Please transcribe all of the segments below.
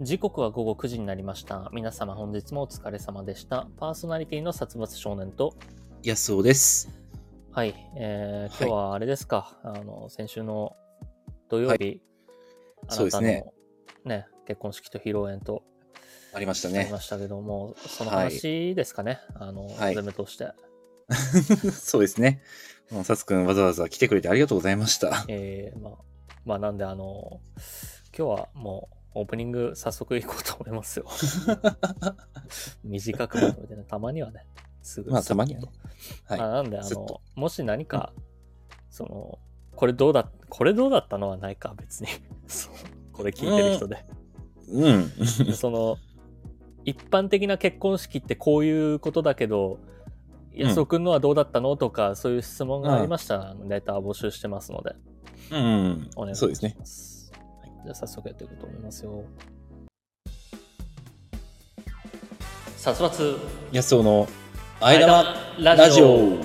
時刻は午後9時になりました。皆様本日もお疲れ様でした。パーソナリティの殺伐少年と、安尾です。はい、えー今日はあれですか、あの、先週の土曜日、あそなうですたのねね結婚式と披露宴とありましたありねま。したけども、そのはい話ですかね、あの、はい全部通して。 そうですね。もうサツくんわざわざ来てくれてありがとうございました。えーまあ、まあ、なんで、あの、今日はもう、オープニング早速行こうと思います よ。短くまとめてね、たまにはね、すぐ。まあたまにはねはいあなんで、あすっとの、もし何か、その、これどうだ、これどうだったのはないか、別に。 そうこれ聞いてる人で。うん。その、一般的な結婚式ってこういうことだけど、安尾くんのはどうだったのとか、そういう質問がありましたら、レター募集してますので。うんお願。いしそうま。ですすね。はい、じゃあ早速やっていこうと思いますよ。殺伐安尾のあいだまララジオ。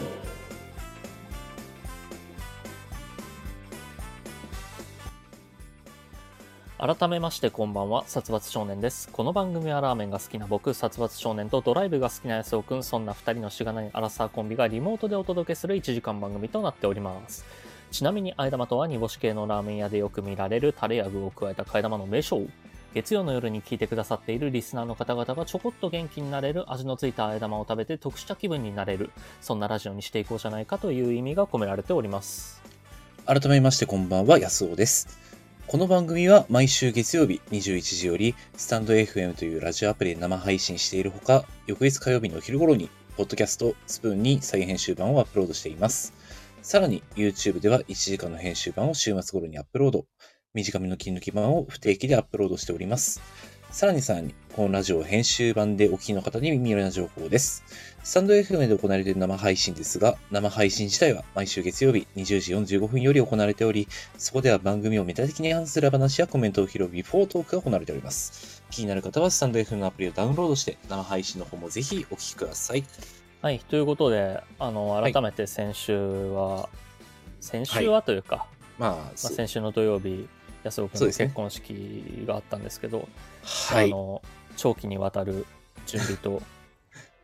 改めましてこんばんは殺伐少年ですこの番組はラーメンが好きな僕殺伐少年とドライブが好きな安尾くんそんな二人のしがないアラサーコンビがリモートでお届けする1時間番組となっておりますちなみにあえ玉とは煮干し系のラーメン屋でよく見られるタレや具を加えた替え玉の名称月曜の夜に聞いてくださっているリスナーの方々がちょこっと元気になれる味のついたあえ玉を食べて得した気分になれるそんなラジオにしていこうじゃないかという意味が込められております改めましてこんばんは、安尾です。この番組は毎週月曜日21時より、スタンド FM というラジオアプリで生配信しているほか、翌日火曜日のお昼頃に、ポッドキャストスプーンに再編集版をアップロードしています。さらに、YouTube では1時間の編集版を週末頃にアップロード。短めの切り抜き版を不定期でアップロードしております。さらにさらに、このラジオを編集版でお聞きの方に耳寄りな情報です。スタンド FM で行われている生配信ですが、生配信自体は毎週月曜日20時45分より行われており、そこでは番組をメタ的に関する話やコメントを拾うビフォートークが行われております。気になる方はスタンド FM のアプリをダウンロードして、生配信の方もぜひお聞きください。はい、ということで、あのはい改めて先週は、先週はというか、まあ、まあ、そう先週の土曜日、安尾君そのうですね結婚式があったんですけど、はあい。の長期にわたる準備 と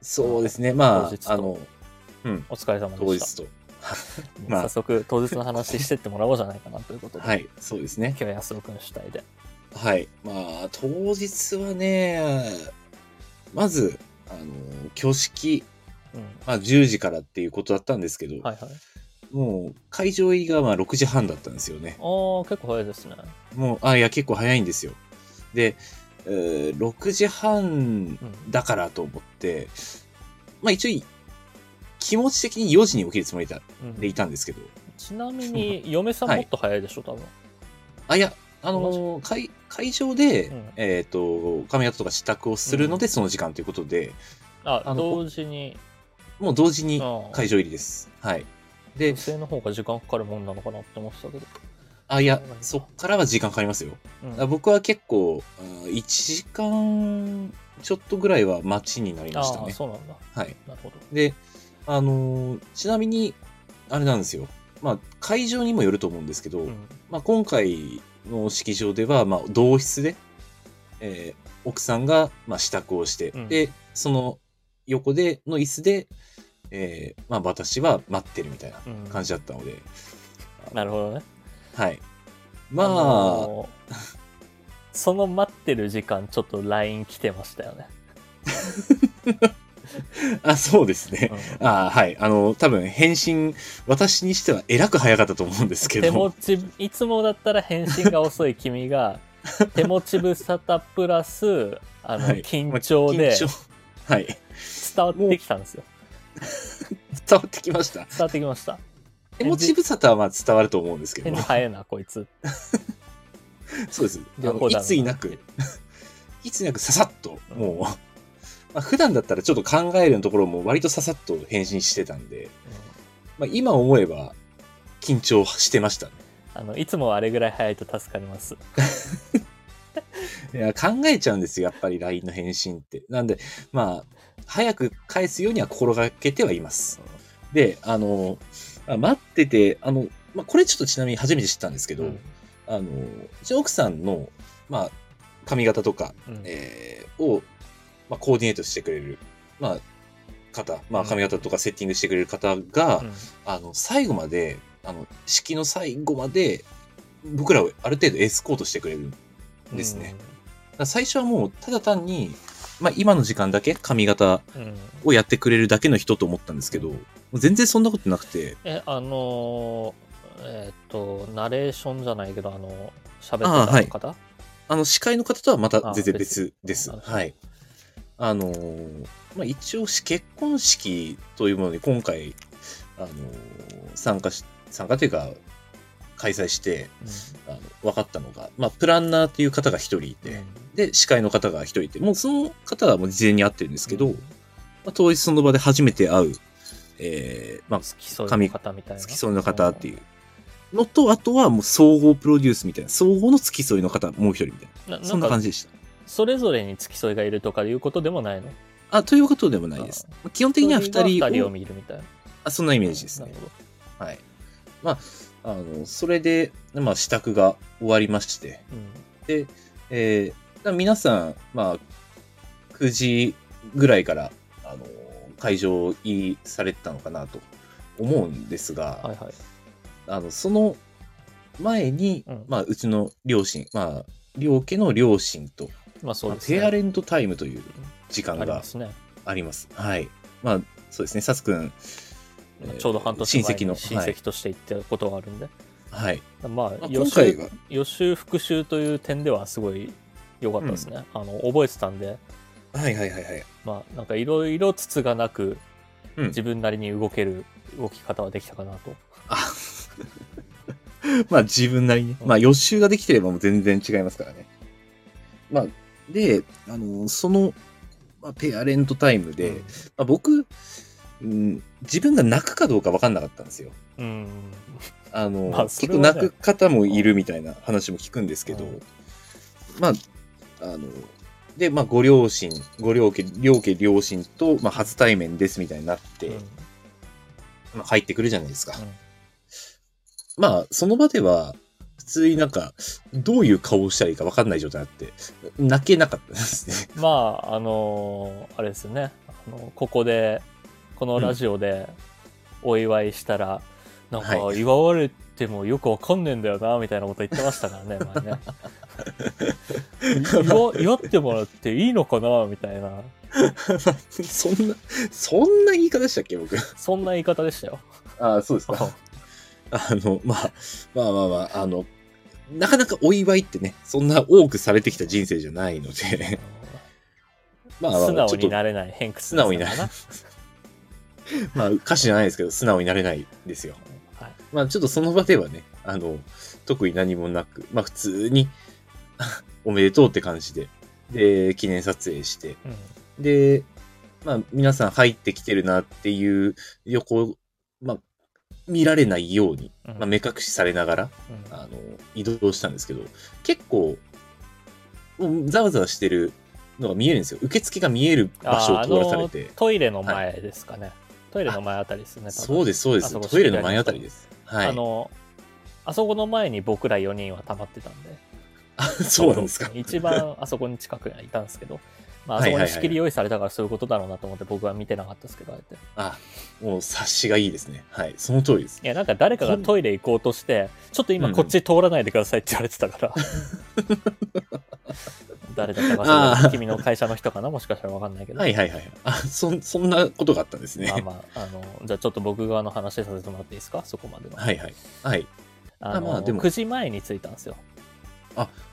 そうですね。ま当日とあ、あの、うん、お疲れ様当で日しと。た。もうまあ早速、当日の話してってもらおうじゃないかなということで、はい、そうですね今。日は安尾君主体で。はい。まあ、当日はね、まず、あの、挙式、うん、まあ、10時からっていうことだったんですけど、はいはい。もう会場入りがまあ6時半だったんですよね。おー、結構早いですね。もう、あ、いや、結構早いんですよ。で、えー6時半うん、だからと思って、まあ一応、気持ち的に4時に起きるつもりだうんでいたんですけど、ちなみに、 嫁さんもっと早いでしょ、多分。あ、いや、あのー会、会場で、うんえっ、と、髪型とか支度をするので、その時間ということで、あ、あの同時に、もう同時にあー会場入りです。はい。で女、性の方が時間かかるもんなのかなって思ってたけど。あ、いやそうなん、だそっからは時間かかりますよ。うんあ僕は結構、あ1時間ちょっとぐらいは待ちになりましたああ、ね。そうなんだ。はい。なるほど。で、あのーちなみに、あれなんですよ。まあ、会場にもよると思うんですけど、うん、まあ、今回の式場では、まあ、同室で、えー奥さんが、まあ、支度をして、うんで、その横での椅子で、えーまあ、私は待ってるみたいなうん感じだったので、なるほどね。はい。まあ、のー その待ってる時間、ちょっと LINE 来てましたよ ね。あ、そうですね。うんあーはい。あの、多分、返信、私にしてはえらく早かったと思うんですけ手ど持、ち、いつもだったら返信が遅い君 が、手持ちぶさたプラス、あの、はい緊張で緊張。はい。伝わってきたんですよ。伝わってきました。伝わってきました。手持ち無沙汰はまあ伝わると思うんですけ返ど事、早いな、こいつ。そうです。あ両の方だいろうつになく、 いつになくささっと、もう、まあ、普段だったらちょっと考えるのところも割とささっと返信してたんで、うんまあ、今思えば緊張してましたね。あの、いつもあれぐらい早いと助かります。いや考えちゃうんですよ、やっぱり LINE の返信って。なんで、まあ、早く返すようには心がけてはいます。で、あの、まあ待ってて、あの、まあ、これちょっとちなみに初めて知ったんですけど、うんあの、うちの奥さんの、まあ、髪型とか、うんえーを、まあ、コーディネートしてくれる、まあ、方、まあ、うん髪型とかセッティングしてくれる方が、うんあの最後まであの式の最後まで僕らをある程度エスコートしてくれるですね。だから最初はもうただ単に、まあ、今の時間だけ髪型うん。うんをやってくれるだけの人と思ったんですけど、もう全然そんなことなくてえ、あのー、えーっと、ナレーションじゃないけど、あの、喋あーはっいてた方、あの司会の方とはまた全然あ別です。別はいあのーまあ、一応し結婚式というものに今回、あのー参加し参加というか開催してあの分かったのが、まあ、プランナーという方が一人いて、うんで司会の方が一人いてもうその方はもう事前に会ってるんですけど、うんまあ、当日その場で初めて会う、えーまあ、付き添い神の方みたいな。付き添いの方っていうのとあとはもう総合プロデュースみたいな総合の付き添いの方もう一人みたいうん。ななそんななかん感じでしたそれぞれに付き添いがいるとかいうことでもないのあということでもないですまあ基本的には2人一をが二人を見るみたいな。あそんなイメージですねなるほどはいまああのそれで、まあ、支度が終わりましてうんで、えーだ皆さん、まあ、9時ぐらいから、あの会場入りされてたのかなと思うんですが、はいはい。あのその前に、うんまあ、うちの両親、まあ、両家の両親と、まあそうまあですね。ペアレントタイムという時間ありがますね。あります。はい。まあ、そうですね、サツくん、えーちょうど半年前親戚のに親戚として行ったことがあるんで。はい。まあまあ、予今回習が、予習復習という点ではすごい良かったですね。あの覚えてたんで、はいはいはいはい。まあなんかいろいろつつがなくうん自分なりに動ける動き方はできたかなと。あまあ自分なりにね。まあ予習ができてればもう全然違いますからね。まあ、で、あの、その、まあ、ペアレントタイムで、まあ、僕、うん、自分が泣くかどうか分かんなかったんですよ。うん、うんあの、まあそ結れ構はね泣く方もいるみたいな話も聞くんですけど、うんまあ、あの、で、まあ、ご両親、ご両家、両家両親と、まあ、初対面ですみたいになって、うんまあ、入ってくるじゃないですか。まあ、その場では、普通になんか、どういう顔をしたらいいか分かんない状態になって、泣けなかった ですね。まああのーあれですね。あのここでこのラジオでお祝いしたら、なんかは祝われてもよくわかんねえんだよなみたいなこと言ってましたから ね前ね。祝祝ってもらっていいのかなみたいなそんな、そんな言い方でしたっけ、僕。そんな言い方でしたよ。ああ、そうですか。あの、まあ、まあまあまあ、あの、なかなかお祝いってね、そんな多くされてきた人生じゃないの で、まあまあ素まあ、直ちょにっと、なれない偏屈素直になれさんかまあ、歌手じゃないですけど、素直になれないですよ。はいまあ、ちょっとその場ではね、あの、特に何もなく、まあ、普通に、 おめでとうって感じで、で、記念撮影して、な。で、まあ、皆さん入ってきてるなっていう横、まあ、見られないように、うんまあ、目隠しされながら、うんあの、移動したんですけど、結構、もうざわざわしてるのが見えるんですよ。受付が見える場所を通らされあての。トイレの前ですかね。トイレの前あたりですね。多分そうです、そうであそす。こトイレの前あたりです。はい。あの、あそこの前に僕ら4人は溜まってたんで。あ そうなんですか。一番あそこに近くにいたんです けど、まあ、あはそいはこいはいに仕切り用意されたからそういうことだろうなと思って僕は見てなかったですけど、あえて。あ、もう察しがいいですね。はい。その通りです。いや、なんか誰かがトイレ行こうとして、ちょっと今こっち通らないでくださいって言われてた から。誰だったか忘あれーた、君の会社の人かなもしかしたらわかんないけど。はいはいはい。あ、そ、そんなことがあったんですね。まあまあ、あの、じゃあちょっと僕側の話させてもらっていいですかそこまでの。はいはい。はい。あのまあでも9時前に着いたんですよ。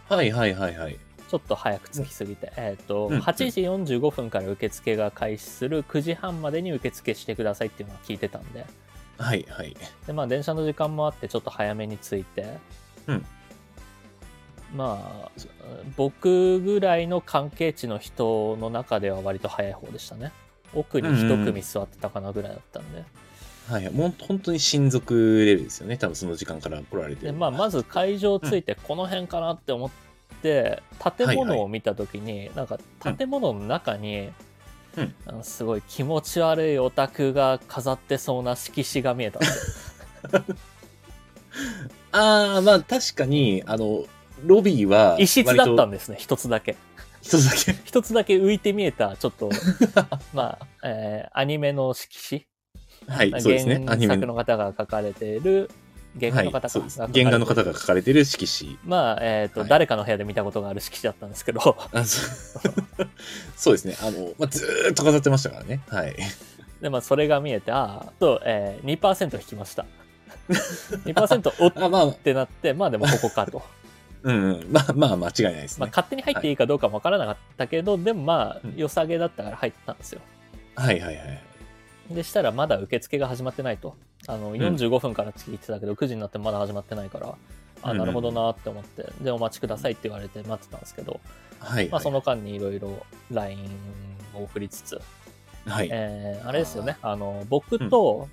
はいはいはいはい。ちょっと早く着きすぎて。えっ、と、うん8時45分から受付が開始する9時半までに受付してくださいっていうのは聞いてたんで。はいはい。で、まあ電車の時間もあってちょっと早めに着いて。うんまあ、僕ぐらいの関係値の人の中では割と早い方でしたね。奥に一組座ってたかなぐらいだったんで。はいはい。もう本当に親族レベルですよね。多分その時間から来られてでる。まあ、まず会場着いてこの辺かなって思って建物を見た時に、なんか建物の中に、うんあのすごい気持ち悪いオタクが飾ってそうな色紙が見えたんですよああ、まあ確かに、あの、ロビー は一室だったんでですね、一つだけ。一つだけ一つだけ浮いて見えた、ちょっと、まあ、えーアニメの色紙、 はいそうですねア原ニメ作のの方が書かれている、原画のは方い、そうかです原画の方が書かれてる色紙まあ、えっ、と、はい誰かの部屋で見たことがある色紙だったんですけど、あそう そうですねあの、まあ、ずーっと飾ってましたからねはいで、まあ、それが見えて、ああ、と、えー、2%引きま した。2%おっあまあてなって、まあでもここ かと。うん、うん、まあまあ間違いないですまあ、ね、勝手に入っていいかどうかもわからなかったけど、でもまあうん、良さげだったから入ったんですよ。はいはいはいでしたら、まだ受付が始まってないと。あの、45分からって聞いてたけど、9時になってもまだ始まってないから、あ、うんなるほどなって思って、で、お待ちくださいって言われて待ってたんですけど、はい、はいまあ、その間にいろいろ LINE を送りつつ、はい、えーあれですよね、あの僕と、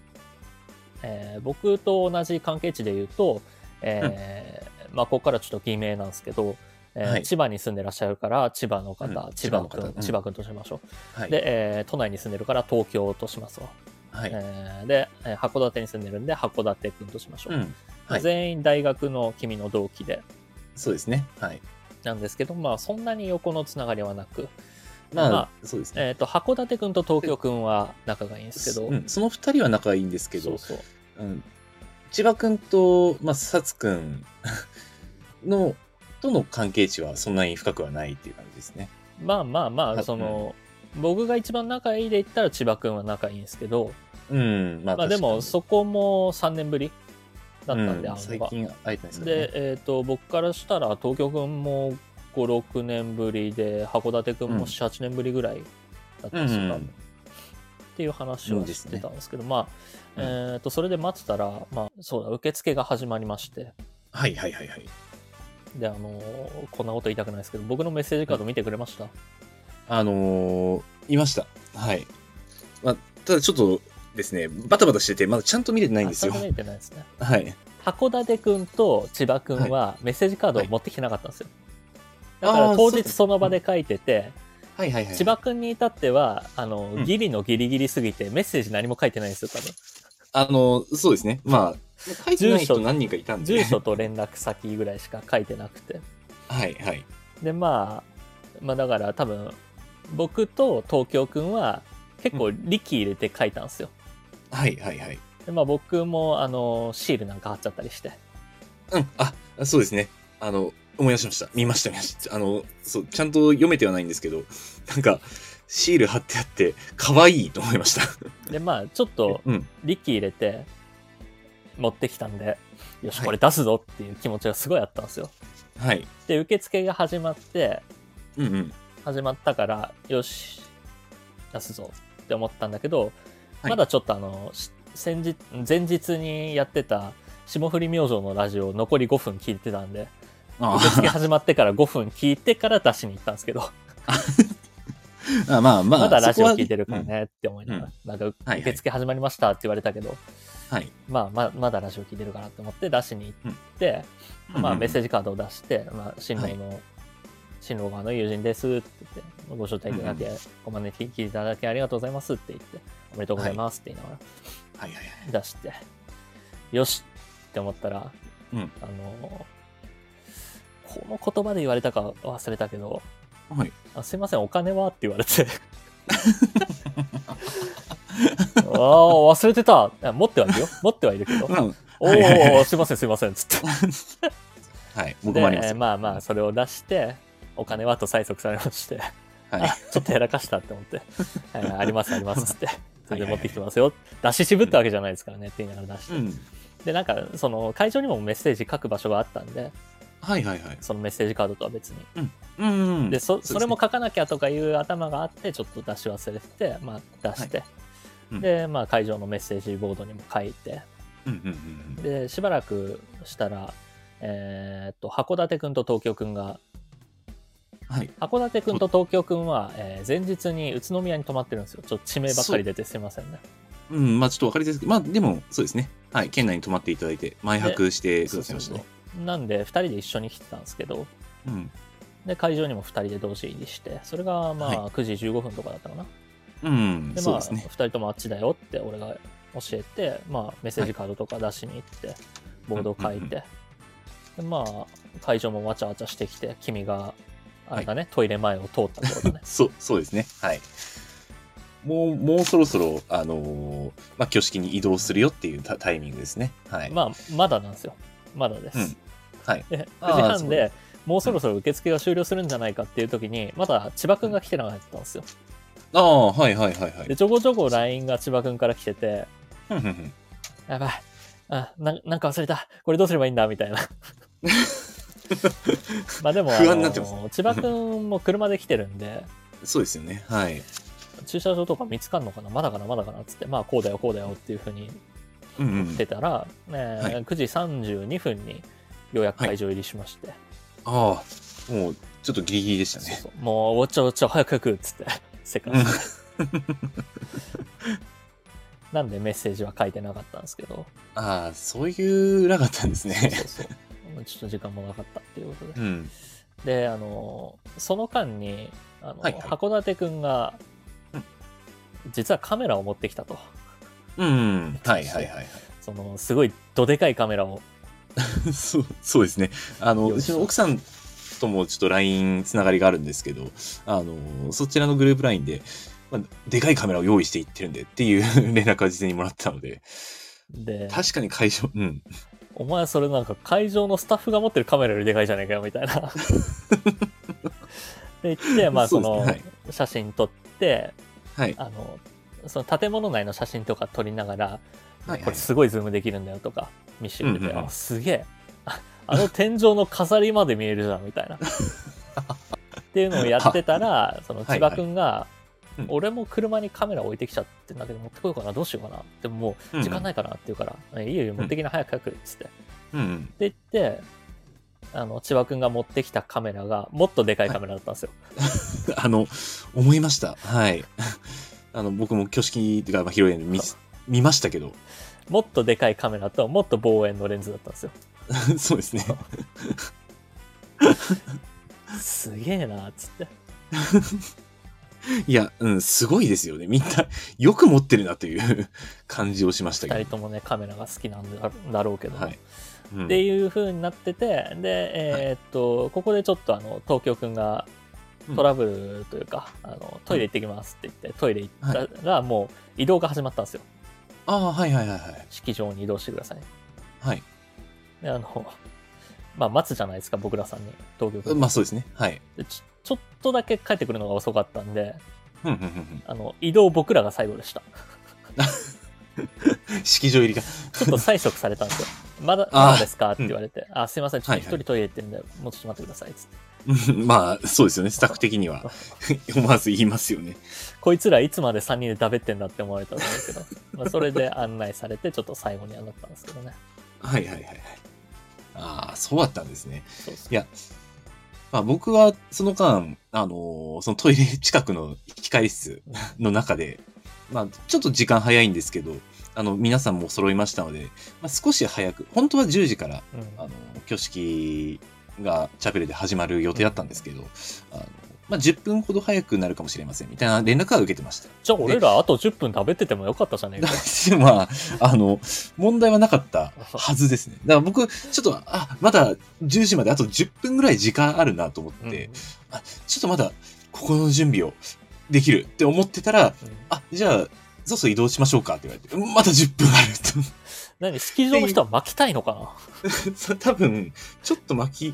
えー僕と同じ関係地で言うと、えーまあ、ここからちょっと偽名なんですけど、えーはい千葉に住んでらっしゃるから、千葉の方、うん千葉君千葉の方うん千葉君としましょう。はいで、えー都内に住んでるから東京としますわ。はい、えーで、えー函館に住んでるんで、函館君としましょう。うんはい全員大学の君の同期で、そうですねはいなんですけど、まあ、そんなに横のつながりはなく、まあ、まあそうですね、えー、と函館君と東京君は仲がいいんですけど、うん、その二人は仲いいんですけどそうそううん、千葉君と、まあ、さつくんの、との関係値はそんなに深くはないっていう感じですね。まあまあまあ、あその、僕が一番仲いいで言ったら千葉くんは仲いいんですけど、うん、まあ、まあでも確そこも3年ぶりだかっにたんで、うあん、の最場近会えてないですけど、ねで、。えっ、と、僕からしたら東京くんも5、6年ぶりで、函館くんうんも4、8年ぶりぐらいだったうんですよ、ん、多分っていう話をしてたんですけど、まあ、うんえっ、と、それで待ってたら、まあ、そうだ、受付が始まりまして、はいはいはいはい。で、あのこんなこと言いたくないですけど、僕のメッセージカード見てくれました、あのーいました。はい。まあ、ただちょっとですね、バタバタしてて、まだちゃんと見れてないんですよあ。それ見えてないですね。はい。函館くんと千葉くんはメッセージカードを持ってきてなかったんですよ。はいだからあー当そう日その場で書いてて、はいはいはい。千葉くんに至っては、あのう、んギリのギリギリすぎてメッセージ何も書いてないんですよ、多分。あのーそうですね。まあ、書いてない人住所何人かいたんで。住所と連絡先ぐらいしか書いてなくて。はいはい。で、まあ、まあだから多分、僕と東京くんは結構力入れて書いたんですよ。はいはいはい。で、まあ僕も、あの、シールなんか貼っちゃったりして。うん、あ、そうですね。あの、思い出しました。見ました、見ました。あの、そう、ちゃんと読めてはないんですけど、なんか、シール貼ってあって、可愛いと思いました。で、まあちょっと、うん。力入れて持ってきたんでよしはいこれ出すぞっていう気持ちがすごいあったんですよ、はい。で受付が始まってうんうん。始まったからよし出すぞって思ったんだけど、はいまだちょっとあのし先日前日にやってた霜降り明星のラジオ残り5分聞いてたんで受付あ始まってから5分聞いてから出しに行ったんですけどあ、あま あまあ。まだラジオそこは聞いてるから。ねって思いながら、なんはかい受付始まりましたって言われたけど、うんはい。まあ、ままだラジオ聞いてるかなって思って出しに行って、まあ、メッセーージ。ジカードを出して、まあ、新郎の、新郎側の友人ですって言って、ご招待いただき、お招きいただきありがとうございますって言って、おめでとうございますって言いながはいはいはい。ら出して、よしって思ったら、うんあの、この言葉で言われたか忘れたけど、はいあすいません、お金はって言われ て。ああ、忘れてた。いや持ってはいるよ。持ってはいるけど。まおーはいはいはいおー、すいません、すいません、つって。あ、はい。僕もありまでえすー。まあまあ、それを出して、お金はと催促されまして、はいあちょっとやらかしたって思 って、えーあります、あります、つって。それで持ってきてますよ。出し渋ったわけじゃないですからね、って言いながら出して。うん。で、なんか、その、会場にもメッセージ書く場所があったんで、はいはいはい。そのメッセージカードとは別に。うんうん。で、そうすそれも。書かなきゃとかいう頭があって、ちょっと出し忘れてて、まあ、出して、うんで、まあ、会場のメッセージボードにも書いて、うんうんうんでしばらくしたらえーっと函館くんと東京くんがうん。はい。函館くんと東京くんは、えー前日に宇都宮に泊まってるんですよちょっと地名ばっかり出てすいませんねうん、まあちょっとわかりですけど、まあでも、そうですね。はい。県内に泊まっていただいて、前泊してくださいましたね。うなんで2人で一緒に来てたんですけどうん。で会場にも2人で同時入りしてそれがまあは9時15分とかだったかな、うん。でそうまあですね2。人ともあっちだよって俺が教えて、まあ、メッセージカードとか出しに行って、ボードを書いて、でまあ会場もわちゃわちゃしてきて君があれだね、トイレ前を通った頃だねそう、そうですね。はい。もう、もうそろそろ、あのーまあ、挙式に移動するよっていうタタイミングですね。 はい。まあまだなんですよまだです、うんはい。であ9ー時半そうでもうそろそろ受付が終了するんじゃないかっていう時にまだ千葉くんが来てなかったんですよああ、はいはいはいはでい。ちょこちょこ LINE が千葉くんから来ててふんふんふんやばいあななんか忘れたこれどうすればいいんだみたいな まあでも不安になってますあの千葉くんも車で来てるんでそうですよね。はい。駐車場とか見つかんのかなまだかなまだかなっつってまあこうだよこうだよっていうふうにうんうん出。たら、ねはい9時32分にようやく会場入りしまして、ああ、もう、ちょっとギリギリでしたそうね。そうもうウォッチャウォッチャ早く早くっつってせかしてなんでメッセージは書いてなかったんですけどああ、そういう裏があったんでそすうね。そうもうちょっと時間もなかったっていうことでうん。であのその間にあの、はいはい函館くんが、うん実はカメラを持ってきたとうん。はいはいはいはそのすごいどでかいカメラをい。そう、そうですね。あの、よういしちょの奥さんともちょっと LINE つながりがあるんですけど、あの、そちらのグループ LINE で、まあ、でかいカメラを用意していってるんでっていう 連絡は事前にもらったので、で確かに会場、うん。お前それなんか会場のスタッフが持ってるカメラよりでかいじゃねえかよみたい な。で言って、まあ、そそうですのねはい写真撮って、はい。あのその建物内の写真とか撮りながら、はい、これはい。すごいズームできるんだよとか見せてくれうんうて、んうんあすげえああの天井の飾りまで見えるじゃんみたいな。っていうのをやってたらその千葉君が、いうん。俺も車にカメラ置いてきちゃってんだけど持ってこようかなどうしようかなでももう時間ないいかなって言うから、えいいよいいよ持ってきな早く早くっつってうんうん。って言って、あの、千葉くんが持ってきたカメラが、もっとでかいカメラだったんですよ。あの、思いました。はい。あの、僕も挙式というか、まあ、披露宴で見つ見ましたけど、もっとでかいカメラと、もっと望遠のレンズだったんです よ。そうですね。すげえな、つって。いや、うん、すごいですよね。みんな、よく持ってるなという感じをしました二け人ともね、カメラが好きなんだだろうけど。ど。はい。うんっていう風になってて、で、えーっと、ここでちょっと、あの、東京くんが、トラブルというか、あの、トイレ行ってきますって言って、トイレ行ったら、もう移動が始まったんですよ。ああ、はいはいはいはい。式場に移動してください。はい。で、あの、 まあ、待つじゃないですか、僕らさんに、東京くんがまあそうですね。はい。でちちょっとだけ帰ってくるのが遅かったんでうんうんうんあの移動僕らが最後でした うん式場入りが。ちょっと催促されたんですよまだ あーまだですかって言われて「あすいませんちょっと一はいは人トイレ行ってるんで、もうちょっと待ってください」っつってうん まあ、そうですよね。スタッフ的には思わず言いますよね。こいつらいつまで3人でだべってんだって思われたんですけど まあそれで案内されてちょっと最後にはなったんですけどねはいはいはいはい。ああ、そうだったんですね。そうそういや、まあ僕はその間、あのーそのトイレ近くの控 え室の中で、まあちょっと時間早いんですけど、あの皆さんも揃いましたので、まあ、少し早く、本当は10時から、うんあの、挙式がチャペルで始まる予定だったんですけど、あのまあ10分ほど早くなるかもしれませんみたいな連絡は受けてました。じゃあ俺らあと10分食べててもよかったじゃねえだかし、 まあ、あの、問題はなかったはずですね。だから僕、ちょっと、あ、まだ10時まであと10分ぐらい時間あるなと思うんって、ちょっとまだ、ここの準備をできるって思ってたら、うんあ、じゃあ、そうそう移動しましょうかって言われて、うんまた10分ある何式場の人は巻きたいのかなとそう。 多分、ちょっと巻き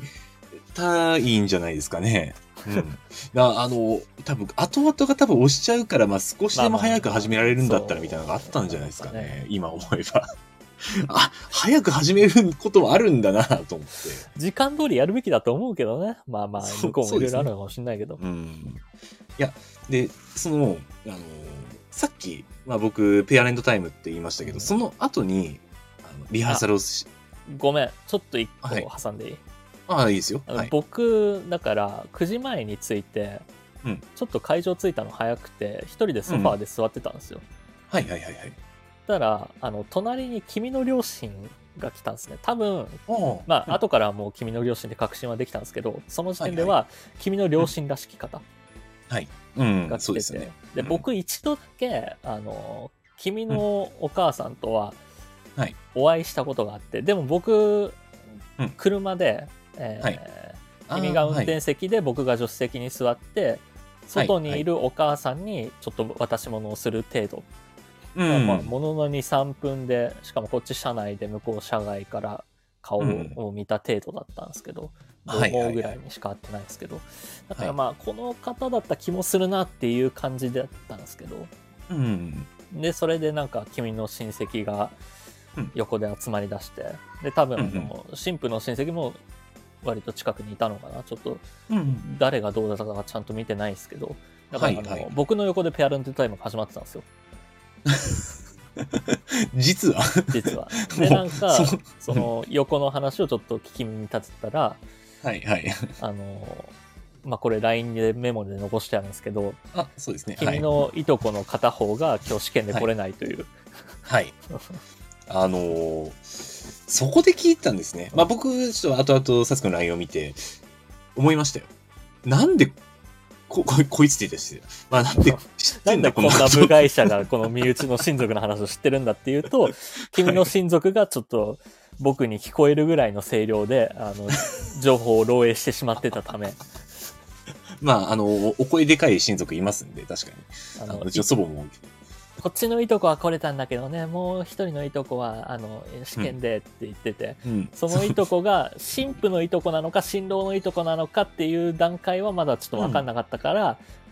たいんじゃないですかね。うん。なあの、多分、後々が多分押しちゃうから、まあ少しでも早く始められるんだったらみたいなのがあったんじゃないですかまあまあまあね。今思えば。 あ、早く始めることもあるんだなと思って。時間通りやるべきだと思うけどねまあまあそう向こうもそういろいですろあねるのかもしれないけどうん。いや、で、その、あの、さっき、まあ僕、ペアレントタイムって言いましたけど、うんその後に、あのリハーサルをし、ごめんちょっと一はい個挟んでいい、ああ、いいですよ。あのはい。僕だから9時前に着いて、うんちょっと会場着いたの早くて一人でソファーで座ってたんですよ、はいはいはいはい。そしたらあの隣に君の両親が来たんですね多分おまあ、後からもう君の両親で確信はできたんですけどその時点ではは君の両親らしき方うん、が来そうでてすて、よね。でうん僕一度だけあの君のお母さんとははいお会いしたことがあって、でも僕うん車でえーはいあー君が運はい転席で僕が助手席に座って、外にいるお母さんにちょっと渡し物をする程度、うんまあものの23分でしかもこっち車内で向こう車外から顔うんを見た程度だったんですけど、はいどうは思ういぐらいにしか会ってないんですけど、だからまあこの方だった気もするなっていう感じだったんですけどうんでそれでなんか君の親戚がうん横で集まりだしてで多分あうんうんの神父の親戚も割と近くにいたのかなちょっとうん誰がどうだったかはちゃんと見てないですけどだからあの、はいはい僕の横でペアレントタイムが始まってたんですよ 実は。実は もでうなんかそうその横の話をちょっと聞き耳に立てた らはいはいあのまあこれ LINE でメモで残してあるんですけどあそうですねはい君のいとこの片方が今日試験で来れないという、はいあのーそこで聞いたんですねまあ僕ちょっと後々サツくんの LINE を見て思いましたよなんでこここいつって言い出してまあなんで知っなてんんでだここんのな後部外者がこの身内の親族の話を知ってるんだっていうと君の親族がちょっと僕に聞こえるぐらいの声量であ の情報を漏洩してしまってたため まああのおお声でかい親族いますんで確かにああののうちの祖母もこっちのいとこは来れたんだけどねもう一人のいとこはあの試験でって言ってて、うんそのいとこが神父のいとこなのか新郎のいとこなのかっていう段階はまだちょっと分かんなかったから、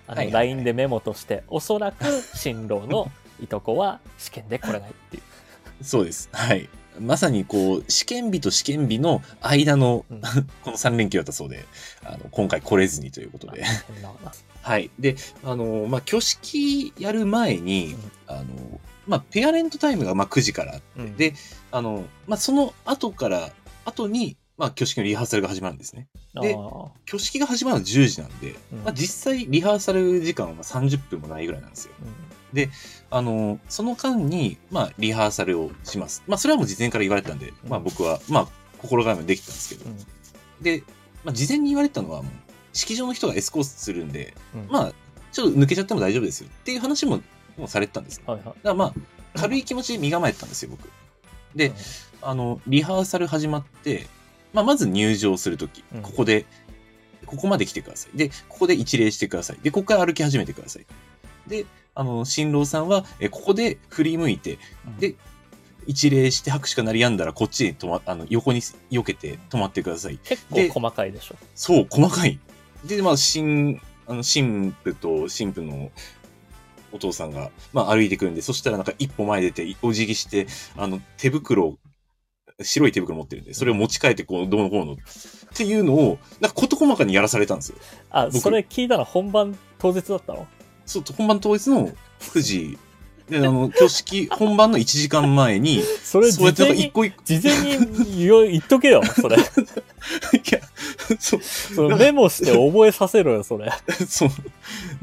あはのいはいはい LINE でメモとして、おそらく新郎のいとこは試験で来れないっていうそうです。はい。まさにこう、試験日と試験日の間の、うんこの3連休だったそうで、あの、今回来れずにということで。変な話はい。で、あの、まあ、挙式やる前に、あの、まあ、ペアレントタイムがまあ9時からあって、うんで、あの、まあ、その後から、後に、まあ、挙式のリハーサルが始まるんですね。であー挙式が始まるのは10時なんで、うんまあ、実際リハーサル時間はまあ30分もないぐらいなんですよ。あの、その間に、まあ、リハーサルをします。まあ、それはもう事前から言われてたんで、まあ、僕は、まあ、心構えもできてたんですけどう。んで、まあ、事前に言われてたのは、もう、式場の人がエスコースするんで、うんまあ、ちょっと抜けちゃっても大丈夫ですよっていう話も、もうされてたんです。だかはいはいら、まあ、軽い気持ちで身構えてたんですよ、僕。で、あの、リハーサル始まって、まあ、まず入場するときうん、ここで、ここまで来てください。で、ここで一礼してください。で、ここから歩き始めてください。で、あの、新郎さんは、えここで振り向いて、うんで一礼して拍手が鳴りやんだら、こっちに止ま、あの、横に避けて止まってください。結構細かいでしょそう、細かい。で、まあ、新、あの、新婦と新婦のお父さんが、まあ、歩いてくるんで、そしたらなんか一歩前出て、お辞儀して、あの、手袋を、白い手袋持ってるんで、それを持ち帰って、こう、どうのこうの、っていうのを、なんか事細かにやらされたんですよ。あ僕それ聞いたの本番当日だったのそう、本番当日の9時、で、あの、挙式本番の1時間前に、それそうや事ってな前んか一に個一個、事前に言お言っとけよそれいや、そう、それメモして覚えさせろよそれそう、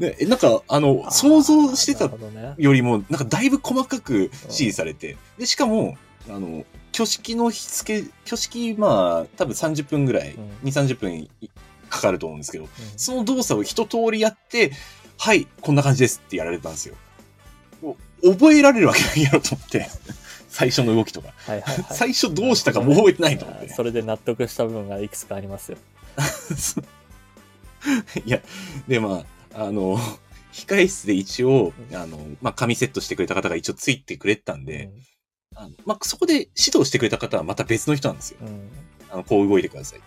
ね、えなんか、あの、 想像してあたーなるほどねよりも、なんかだいぶ細かく指示されて、で、しかも、あの、挙式の日付、挙式、まあ、多分30分ぐらい、うん2、30分いかかると思うんですけうど、んその動作を一通りやって、はい、こんな感じですってやられたんですよ。もう覚えられるわけないやろと思 って、最初の動きとか。はいはいはい最初どうしたかもう覚えてないと思っあーて。それで納得した部分がいくつかありますよ。いや、で、まあ、あの、控え室で一応う、んあの、まあ、紙セットしてくれた方が一応ついてくれてたんで、あのまあ、そこで指導してくれた方はまた別の人なんですよ。うんうんあのこう動いてください。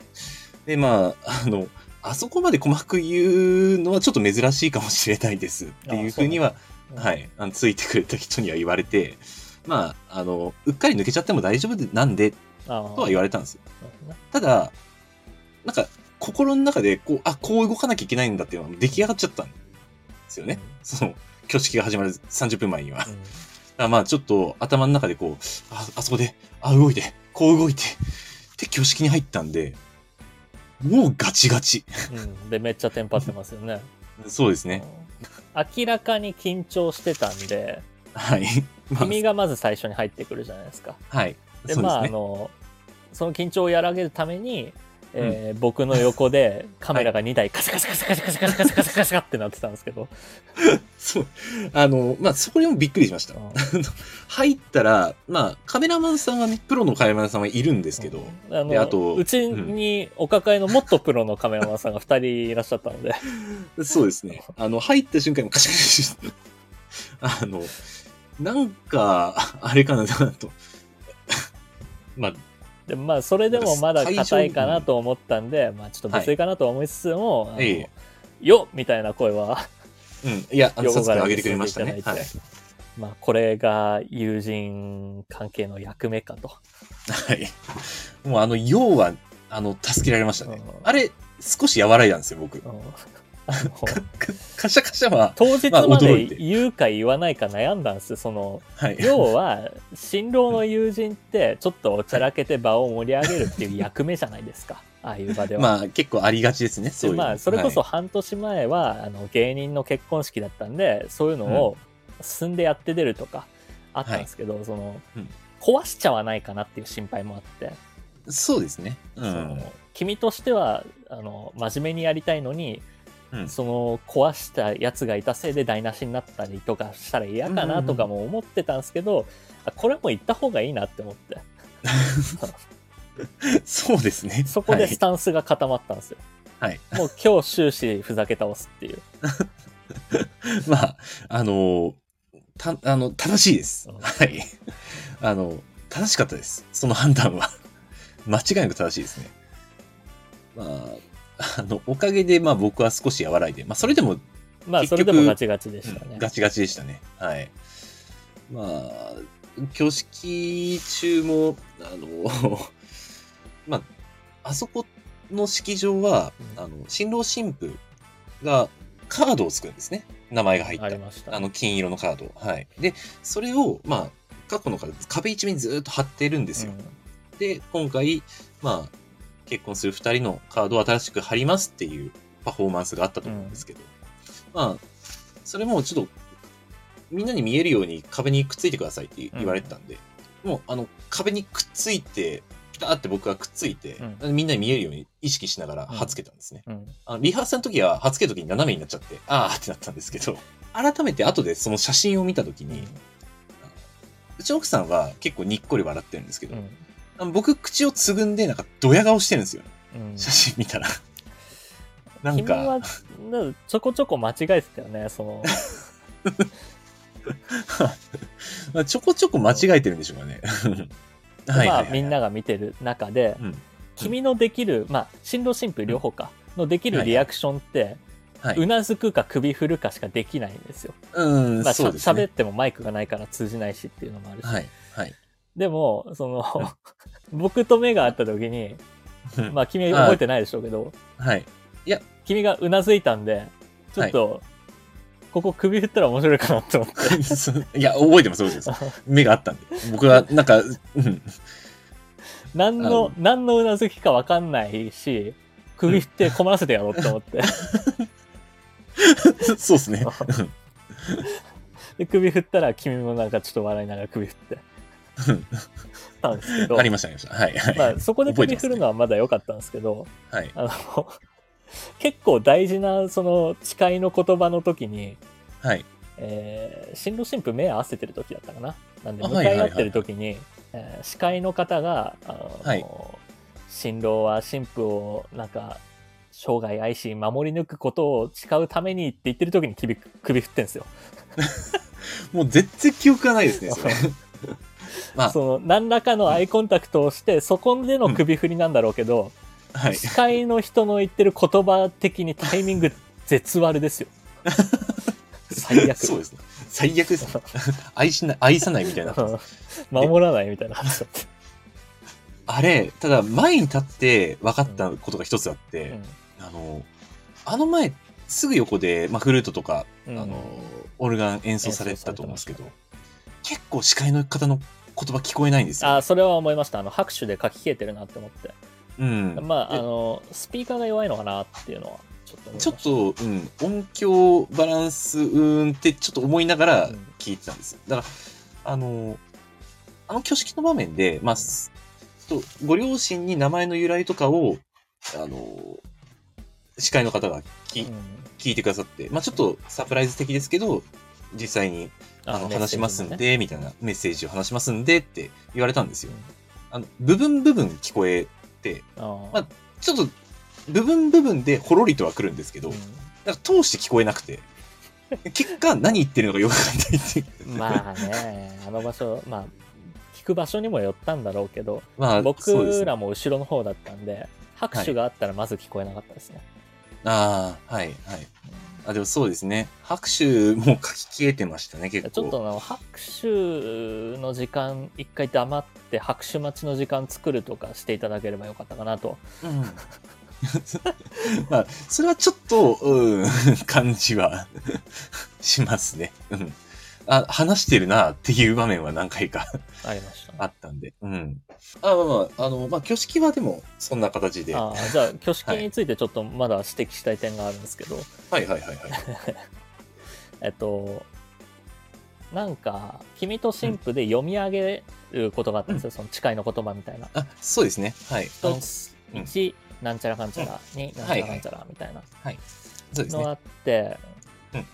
で、まあ、あの、あそこまで細かく言うのはちょっと珍しいかもしれないですっていうふうには、うんはい、あのついてくれた人には言われて、まあ、あの、うっかり抜けちゃっても大丈夫でなんであーとは言われたんですよ。なるほどねただ、なんか、心の中で、こう、あ、こう動かなきゃいけないんだっていうのは出来上がっちゃったんですよね。その、挙式が始まる30分前には。うんだからまあちょっと頭の中でこう、あ、あそこで、あ、動いて、こう動いて、って挙式に入ったんで、もうガチガチ。うんうんでめっちゃテンパってますよね。そうですね。うん明らかに緊張してたんではい。まあ、君がまず最初に入ってくるじゃないですか。はい。でそうまああですね。のその緊張を和らげるためにえー僕の横でカメラが2台カシャカシャカシャカシャカシャカシャカシャカシャカシャってなってたんですけど、そう。あの、まあ、それもびっくりしましたう。ん入ったら、まあ、カメラマンさんはね、プロのカメラマンさんはいるんですけど、あのであとうちにお抱えのもっとプロのカメラマンさんが2人いらっしゃったのでそうですね。あの、入った瞬間にカシャカシャカシャ。あの、なんか、あれかなと。まあ、でまあそれでもまだ会場硬いかなと思ったんで、まあ、ちょっと無粋かなとは思いつつも「あのええよっ!」みたいな声はうん。いや、あの、横さっきから上げてくれましたね。はい。まあ、これが友人関係の役目かとはい。もう、あの、要は、あの、助けられましたねう。んあれ、少し和らいだんですよ、僕。うかんあのカシャカシャは、 当日まあま驚でいて言うか言わないか悩んだんですそのはい。要は新郎の友人ってちょっとおちゃらけて場を盛り上げるっていう役目じゃないですかああいう場では。まあ、結構ありがちですね、そでういうの。まあ、それこそは半年前は、あの芸人の結婚式だったんでそういうのを進んでやって出るとかあったんですけど、そのうん壊しちゃわないかなっていう心配もあって、いそうですね。うそん。の君としてはあの真面目にやりたいのに、うんその壊したやつがいたせいで台無しになったりとかしたら嫌かなとかも思ってたんですけど、あこれも言った方がいいなって思ってそうですね。そこはでいスタンスが固まったんですよ、はいもう今日終始ふざけ倒すっていうまあ、あの、た、あの、正しいですうん。はい。あの、正しかったです。その判断は。間違いなく正しいですね。まあ、あの、おかげで、まあ僕は少し和らいで、まあそれでも、まあ結それ局でもガチガチでしたうねん、ガチガチでしたね。はい。まあ、挙式中も、あの、 まあ、あそこの式場は、うんあの、新郎新婦がカードを作るんですね。名前が入ったあり。ましたあの金色のカード。はい。で、それを、まあ、過去のから壁一面にずっと貼ってるんですよ。で、今回、まあ、結婚する2人のカードを新しく貼りますっていうパフォーマンスがあったと思うんですけど、まあ、それもちょっと、みんなに見えるように壁にくっついてくださいって言われてたんで、もう、あの、壁にくっついて、ピターって僕がくっついて、みんなに見えるように意識しながら貼っつけたんですね。うんうんあのリハーサルの時は、はつける時に斜めになっちゃって、あーってなったんですけど、改めて後でその写真を見た時に、うちの奥さんは結構にっこり笑ってるんですけど、うんあの僕口をつぐんで、なんかドヤ顔してるんですよ。うん写真見 たら。なん君はか、なんかちょこちょこ間違えてたよねそのまあちょこちょこ間違えてるんでしょうかね。はいまはあいはいみんなが見てる中でうん君のできるまあ新郎新婦両方かのできるリアクションってはいうなずくか首振るかしかできないんですよ。うん、まあしそゃうです喋ねっ。てもマイクがないから通じないしっていうのもあるしはい。はい。でもその 僕と目が合った時にうんまあ君は覚えてないでしょうけどはい。君がうなずいたんでちょっとここ首振ったら面白いかなと思って。そういや、 覚えてます、覚えて ます。目があったんで。僕は、なんか、うん。 何のあの何のうなずきか分かんないし首振って困らせてやろうと思 ってそうですね。 うんで首振ったら君もなんかちょっと笑いながら首振 ってたんですけどありました、ありました。はい、はい。まあ、そこで首振るのはまだ良かったんですけどはい。あの結構大事なその誓いの言葉の時に、はい。えー新郎新婦目合わせてる時だったかななんであ向かはいはいいは合いはいってる時に、えー司会の方があの、はい新郎は新婦をなんか生涯愛し守り抜くことを誓うためにって言ってる時に首首振ってんですよ。もう全然記憶がないですね、それ。 まその何らかのアイコンタクトをして、そこでの首振りなんだろうけど、あ、はい。司会の人の言ってる言葉的にタイミング絶悪ですよ。最悪。そうですね。最悪ですね。愛しない、愛さないみたいな。うん守らないみたいな話だっ。あれ、ただ前に立って分かったことが一つあったて、あの、あの前、すぐ横で、まあ、フルートとか、うんあうんの、オルガン演奏されてたと思うんですけど、結構司会の方の言葉聞こえないんですよ。あそれは思いましたあの拍手で書き消えてるなって思って、うん。まあであのスピーカーが弱いのかなっていうのはちょっと思いましちょたっと、うん、音響バランス、うーんってちょっと思いながらうん聞いてたんです。だから、あの、あの挙式の場面で、まあ、すちょっとご両親に名前の由来とかをあの、司会の方がきうん聞いてくださって、まあちょっとサプライズ的ですけど、実際にあのメッセージもね話しますんで、みたいなメッセージを話しますんでって言われたんですよ。あの、部分部分聞こえて、あーまあちょっと部分部分でほろりとは来るんですけど、うなんか通して聞こえなくて、結果何言ってるのかよくわかんないっていう。ん まあねあの場所まあ聞く場所にもよったんだろうけどまあ、そうです僕ね。らも後ろの方だったんで拍手があったらまず聞こえなかったですね、ああ、はい、はい。あ、でもそうですね。拍手も書き消えてましたね、結構。ちょっとあの拍手の時間一回黙って拍手待ちの時間作るとかしていただければよかったかなとうん まあ、それはちょっと、うん、 感じはしますね。うん。あ、話してるなっていう場面は何回かありましたねあったんで。うん。あ、まあまあ、あの、まあ、挙式はでも、そんな形で。はああ じゃあ挙式についてちょっとまだ指摘したい点があるんですけど、いはいはいはい。えっとなんか「君と神父」で読み上げることがあったんですよ、その誓いの言葉みたいな。あ、そうですね。はい。あの一つ一なんちゃらかんちゃら二なんちゃらかんちゃらみたいなそうですのがね。あって、うん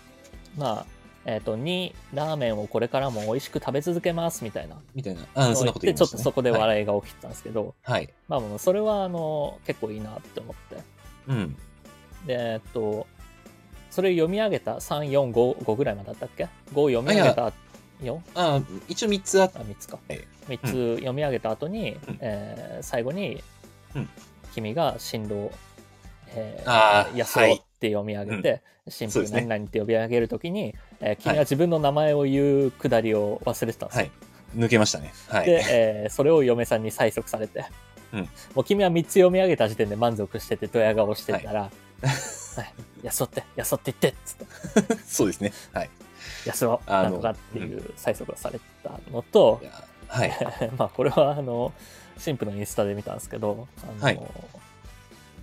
まあえっ、と2ラーメンをこれからも美味しく食べ続けますみたいなみたいな。あ、そんなこと言いちょまっした、とね。そこではい。笑いが起きてたんですけど、はい。まあもうそれはあの結構いいなって思ってうん。でえっとそれ読み上げた3455ぐらいまでだったっけ ?5 読み上げたよあ、一応三つあっあ3つかはい3つ読み上げた後に、うんえー最後に、うん君が新郎、えあー、ー安尾って読み上げて、新そう婦ですね何々って呼び上げるときに、えー君はいは自分の名前を言うくだりを忘れてたんですはよ、い。抜けましたね。はい。で、えーそれを嫁さんに催促されて、うんもう君は3つ読み上げた時点で満足しててドヤ顔してたら「はい、安って安って言って」っつって そうですね。はい。 「安をあなのんとか」っていう催促がされたのと い、やはい。まあこれはあの神父のインスタで見たんですけどあの、はい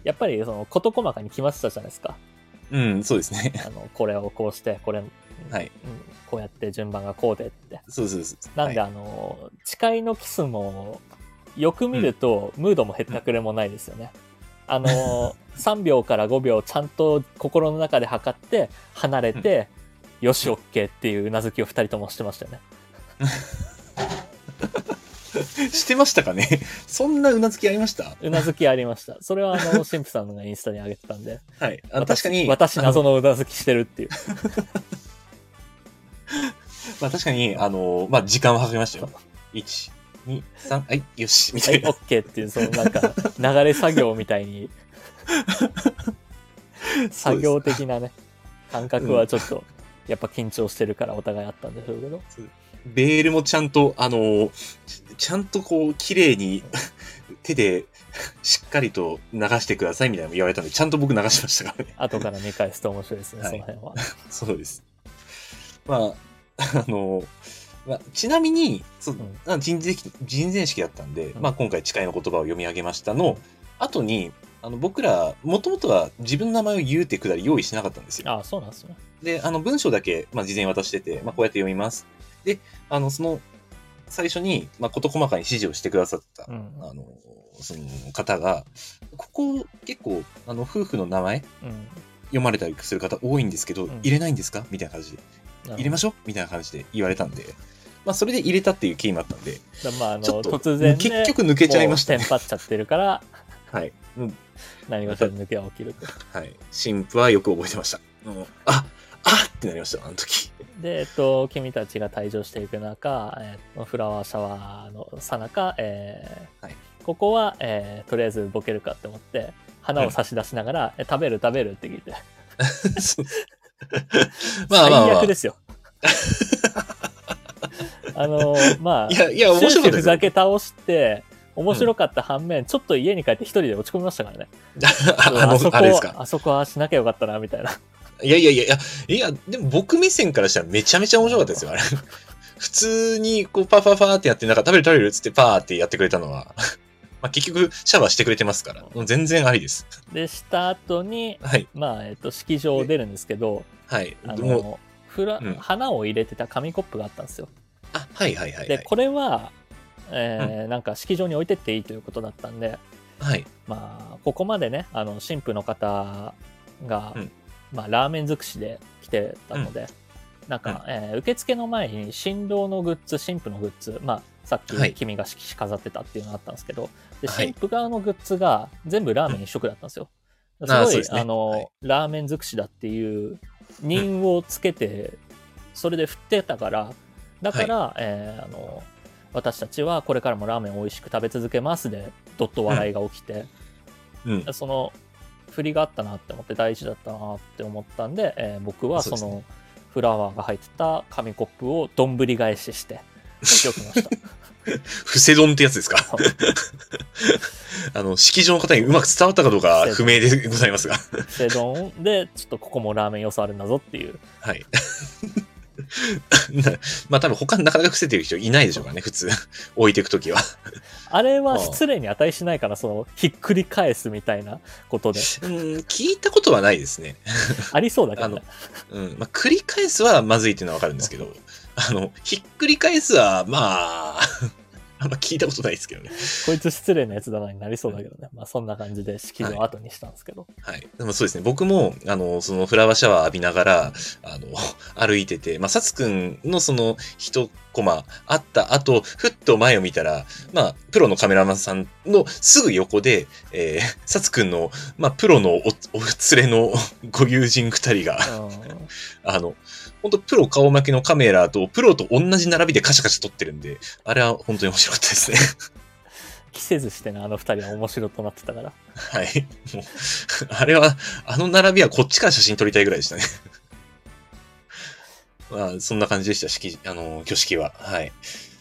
やっぱりその事細かに決まってたじゃない ですかうん、そうですね。あのこれをこうしてこれ、はいうんこうやって順番がこうでってそうそうそう。なんで、はいあの誓いのキスもよく見ると、ムードもへったくれもないですよね。あ の3秒から5秒ちゃんと心の中で測って離れて、よしオッケーっていううなずきを2人ともしてましたよね。してましたかね そんなうなずきありましたうなずきありました。それはあの神父さんがインスタに上げてたんではい。あの私確かに、私あの謎のうなずきしてるっていう。まあ確かに、あの、まあ時間は計りましたよ。1、2、3、はい、よし、みたはいい、なオ。ッケーっていうそのなん か流れ作業みたいに作業的なね感覚はちょっとやっぱ緊張してるからお互いあったんでしょうけどベールもちゃんと、あの、ちちゃんとこう、綺麗に、手で、しっかりと流してくださいみたいなのも言われたんで、ちゃんと僕流しましたからね。後から見返すと面白いですね、はいその辺はそうです。まあ、あ の、まあ、ちなみに、そううんあ人前式人前式だったんで、うんまあ、今回誓いの言葉を読み上げましたの後に、あの僕ら、もともとは自分の名前を言うってくだり用意しなかったんですよ。ああそうなんですねで、あの文章だけ、まあ、事前に渡してて、まあ、こうやって読みます。で、あの、その、最初に、まあ、事細かに指示をしてくださった、うんあの、その方が、ここ結構、あの、夫婦の名前うん読まれたりする方多いんですけど、うん入れないんですかみたいな感じで。入れまししょうみたいな感じで言われたんで、まあ、それで入れたっていう経緯もあったんで、たまああのちょっと突然で結局抜けちゃいましたもねうテンパっちゃってるからはい。うん何事に抜けが起きるとはい。神父はよく覚えてました。うんああってなりました、あの時。で、えっと、君たちが退場していく中、えっとフラワーシャワーのさなか、えーはいここは、えーとりあえずボケるかって思って花を差し出しながら、え食べる食べるって聞いて、そうまあまあま 最あ悪で。す よあのまあいや、いや、面終始白かったでふすよざけ倒して面白かった反面、ちょっと家に帰って一人で落ち込みましたからね あうわその、こあれですか。あそこはしなきゃよかったなみたいないやいやいやいや、いや、でも僕目線からしたらめちゃめちゃ面白かったですよ、あれ。 普通に、こう、パーパーパーってやって、なんか食べる食べるっつってパーってやってくれたのは、 まあ結局、シャワーしてくれてますから、もう全然ありです。でした後にはい。まあえっと式場を出るんですけどはい。あもう、のフラうん花を入れてた紙コップがあったんですよ。あ、はいはいはい、はい。でこれは、えーなんか式場に置いてっていいということだったんで、はい。まあ、ここまでね、あの、神父の方が、うんまあ、ラーメン尽くしで来てたので、なんか、えー受付の前に、新郎のグッズ、神父のグッズ、まあ、さっはきい君が色紙飾ってたっていうのがあったんですけど、ではい神父側のグッズが全部ラーメン一色だったんですよ。んすあごーそうい、ですあねの、はいラーメン尽くしだっていう、人をつけて、それで振ってたから、だから、えーあの、私たちはこれからもラーメンを美味しく食べ続けますで、どっと笑いが起きて、うん。その振りがあったなって思って大事だったなって思ったんで、えー僕はそそうですのフラワーが入ってた紙コップをどんぶり返し して持っておきました伏せ丼ってやつ ですかあの、式場の方にうまく伝わったかどうか不明でございますが。セドンでちょっとここもラーメン要素あるんだぞっていう はい。なまあ多分他になかなか伏せてる人いないでしょうからね、普通。置いていくときは。あれは失礼に値しないからそのひっくり返すみたいなこと でうん、聞いたことはないですね。ありそうだけどねうん。まあ繰り返すはまずいっていうのはわかるんですけど、あの、ひっくり返すは、まあ、 あんま聞いたことないですけどね。こいつ失礼なやつだなになりそうだけどね、まあ、そんな感じで式場を後にしたんですけど、はい。でもそうですね。僕も、あの、そのフラワーシャワー浴びながら、あの、 歩いてて、まあ、サツくんのその一コマあった後、ふっと前を見たら、まあ、プロのカメラマンさんのすぐ横で、えー、 サツくんの、まあ、プロのお、お連れの ご友人二人が、うんあの、本当プロ顔負けのカメラと、プロと同じ並びでカシャカシャ撮ってるんで、あれは本当に面白かったですね。着せずしてねあの二人は面白くなってたからはい。もう、 あれは、あの並びはこっちから写真撮りたいぐらいでしたね。 まあ、そんな感じでした、式、あの、挙式は。はい。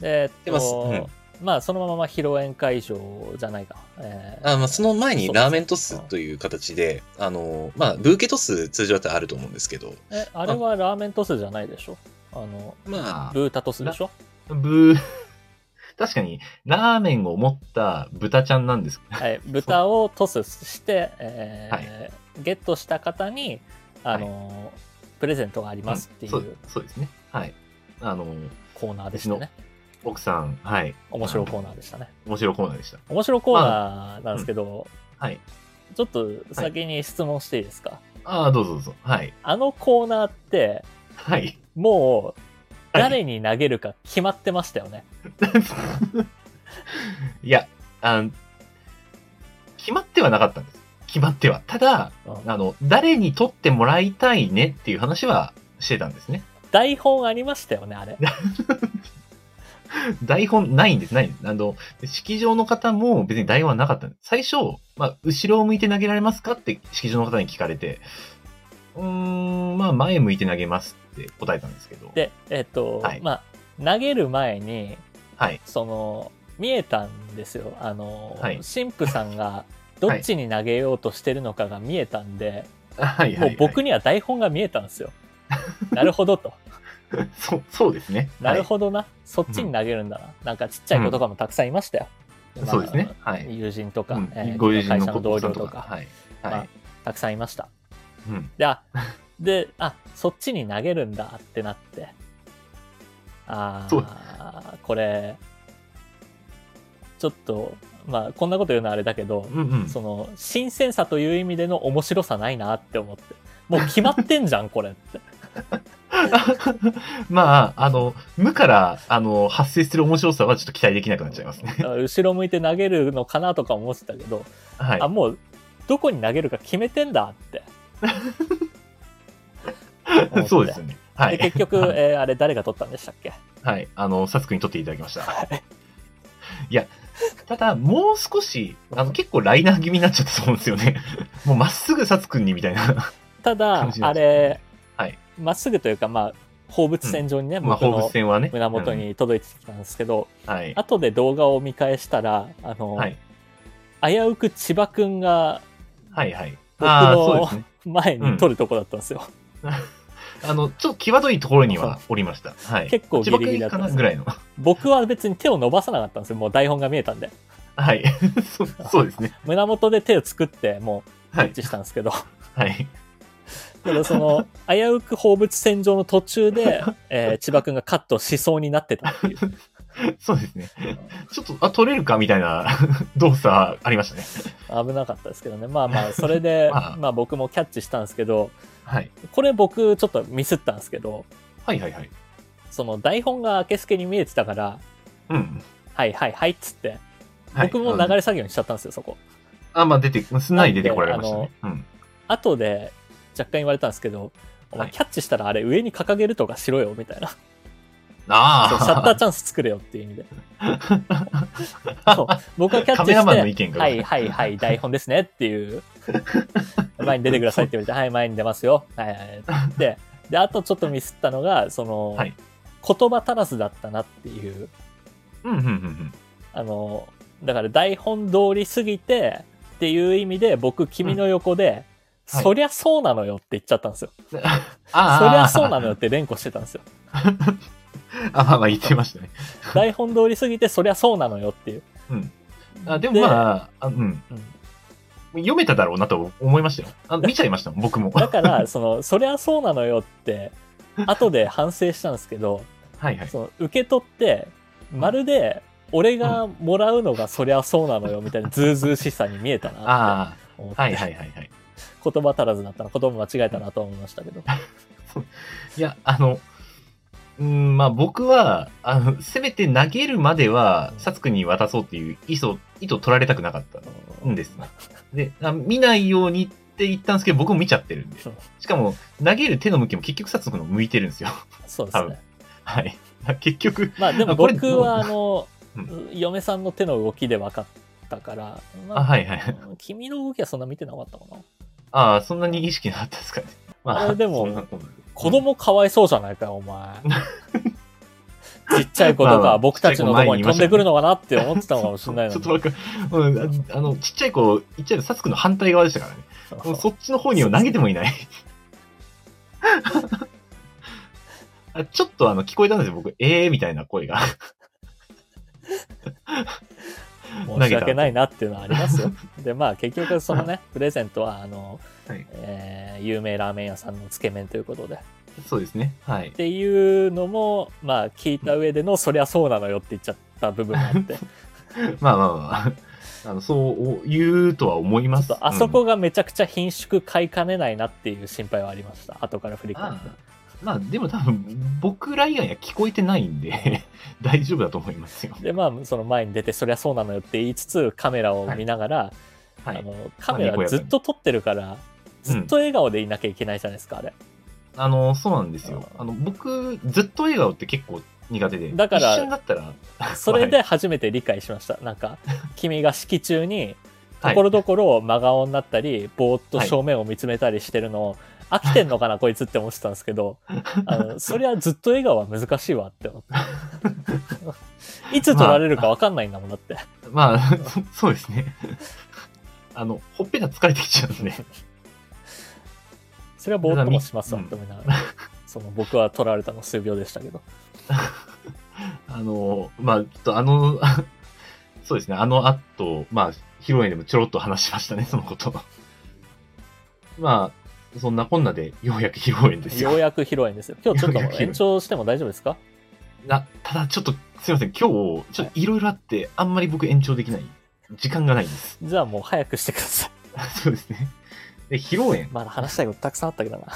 えーっ出ますと、まあそのまま披露宴会場じゃないか、えーあまあ、その前そにうですねラーメントスという形で、あの、まあ、ブーケトス通常だったらあると思うんですけど、えあれはラーメントスじゃないでしょあのまあ、ブータトスでしょブー。 確かに、ラーメンを持った豚ちゃんなんです。はい豚をトスして、えーゲットした方にあの、プレゼントがありますっていそううそうですね。はい。あの、コーナーでしたうちね奥さん、はい。面白いコーナーでしたね面白いコーナーでした。面白いコーナーなんですけど、はい。ちょっと先に質問していいですか、ああ、どうぞどうぞ。はい。あのコーナーってはい。もう誰に投げるか決まってましたよね、いや、あの決まってはなかったんです。決まっては。ただ、うんあの、誰に撮ってもらいたいねっていう話はしてたんですね。台本ありましたよねあれ台本ないんです、ないんです。あの、式場の方も別に台本はなかったんです。最初、まあ、後ろを向いて投げられますかって式場の方に聞かれて、うーん、まあ、前向いて投げますって答えたんですけど、でえっと、はいまあ投げる前にはい。その見えたんですよあの、はい神父さんがどっちに投げようとしてるのかが見えたんで、はい、もう僕に、には台本が見えたんですよ、なるほどと そう、そうですね。なるほどな、そっちに投げるんだな、なんかちっちゃい子とかもたくさんいましたよ、はい。そうですね。はい。友人とか、うんえーご友人会の社の同お子さ僚んとかはい。まはあい。たくさんいましたうん。であであそっちに投げるんだってなってあそうあこれちょっとまあこんなこと言うのはあれだけど、うんうん。その新鮮さという意味での面白さないなって思ってもう決まってんじ ゃんこれってまあ、あの、無から、あの、発生する面白さはちょっと期待できなくなっちゃい ますね。だから後ろ向いて投げるのかなとか思ってたけど、はいあ。もうどこに投げるか決めてんだって 思ってそうですよね。はで い。 結局、えーあれ誰が取ったんでしたっけはい。あの、サツくんに撮っていただきました。いや、ただ、もう少し、あの、結構ライナー気味になっちゃったと思うんですよね。 もうまっすぐサツくんにみたい なただ感じになあっちゃったれはい。まっすぐというかまあ放物線上にね、まあ、僕放の物線はね。胸元うん。に届いてきたんですけど、はい。後で動画を見返したらあの、はい。危うく千葉くんがはいはい。僕のああ、そうですね。前に撮るとこだったんですよ、あの、ちょっと際どいところにはおりました。はい。結構ギリギリだだっったたんですぐらいの。僕は別に手を伸ばさなかったんですよもう台本が見えたんではい。 そうそうですね。胸元で手を作ってもうは一い致。したんです けど、はい。ただその危 うく放物線上の途中で、えー千葉くんがカットしそうになってたっていうそうですね。ちょっと、あ、取れるかみたいな 動作ありましたね。危なかったですけどね。まあまあ、そ れで、まあまあ僕もキャッチしたんですけど、はい。これ僕ちょっとミスったんですけど、はいはいはい。その台本が明けすけに見えてたから、うん。はいはいはいっつって、はい僕も流れ作業にしちゃったんですよ、そこ。あ、まあ出て、すんなり出てこられましたね。うん。後で若干言われたんですけど、お前はいキャッチしたらあれ上に掲げるとかしろよみたいな。あそうあ。シャッターチャンス作れよっていう意 味で。そう僕はキャッカチメラマンのし意見て、が。はいはいはい、台本ですねっていう、前に出てくださいって言われて、はい、前に出ますよ。はいはい、で、で、あとちょっとミスったのが、その、はい言葉足らずだったなっていう、うんうんうんうん。あの、だから台本通り過ぎてっていう意味で、僕、君の横で、はいそりゃそうなのよって言っちゃったんですよ。ああ。そりゃそうなのよって連呼してたんですよ。あ、まあまあ言ってましたね。台本通り過ぎて、そりゃそうなのよっていう。うんあでもまあ、あうん。で、うん読めただろうなと思いましたよ。あ見ちゃいましたもん、僕 も。はだから、その、そりゃそうなのよ って、後で反省したんですけど、いはい。その、受け取って、まるで、俺がもらうのがそりゃそうなのよみたいなズうずうしさに見えたなってあ思っあ、て、はいはいはいはい。言葉足らずだったな、言葉間違えたなと思いました けど。いや、あの、うん、まあ僕は、あの、せめて投げるまでは、サツくんに渡そうっていう意図、意図取られたくなかったんですね。で、あ見ないようにって言ったんですけど、僕も見ちゃってるんでそう。しかも、投げる手の向きも結局サツくんの向いてるんですよ。 そうですね。はい。 結局、まあでもあこれ僕はあの、うん嫁さんの手の動きで分かったから、まあ、はいはい。君の動きはそんな見てなかったかな。ああ、そんなに意識なかったですかね。 あれでもそんなこと子供かわいそうじゃないかよ、お前。 ちっちゃい子とまあまかあ僕たちのとこに飛んでくるのかなって思ってたのかもしれないのちょっにと。わかる。うん、ああの、ちっちゃい子、言っちゃえばサツくんの反対側でしたからね。もうそっちの方には投げても いない。あちょっとあの、聞こえたんですよ、僕。えーみたいな 声が。申し訳ないなっていうのはあります よ。で、まあ結局そのね、プレゼントは、あの、はいえー有名ラーメン屋さんのつけ麺ということで。っそうですね。はい。ていうのも、まあ聞いた上での、そりゃそうなのよって言っちゃった部分があって。まあまあまあ。あのそう言うとは思いまちょすっ。とあそこがめちゃくちゃ品種買いかねないなっていう心配はありました後から振りうん返っああまあ、でも多分、僕ら以外は聞こえてないんで、 大丈夫だと思いますよて。でまあその前に出てそりゃそうなのよって言いつつカメラを見ながら、はあい。のカメまあラずっと撮ってるからやかにずっと笑顔でいなきゃいけないじゃないですかあれあの、そうなんですよ。あああの、僕、ずっと笑顔って結構苦手で。だから一瞬だったら、それで初めて理解しましたなんか君が式中にはといころどころ真顔になったりぼーっと正面を見つめたりしてるのを、飽きてんの かなこいつって思ってたんですけどあのそりゃずっと笑顔は難しいわって思 っていつ撮られるか分かんないんだもんだってまあ、 そそうですね。あの、ほっぺた疲れてきちゃうんで。それはぼーっともしますわって思いながら、その僕は取られたの数秒でした けど、あの、まあ、ちょっとあの、 そうですね、あの後、まあ、披露宴でもちょろっと話しましたね、そのこと。 まあ、そんなこんなで、ようやく披露宴ですようよ。やく披露宴ですよ。今日ちょっとようやく披露宴延長しても大丈夫ですかなただ、ちょっと、すいません、今日、ちょっといろいろあって、あんまり僕延長できない。時間がないんです。 じゃあもう早くしてください。そうですね。で、披露宴。 まだ話したいことたくさんあったけどな。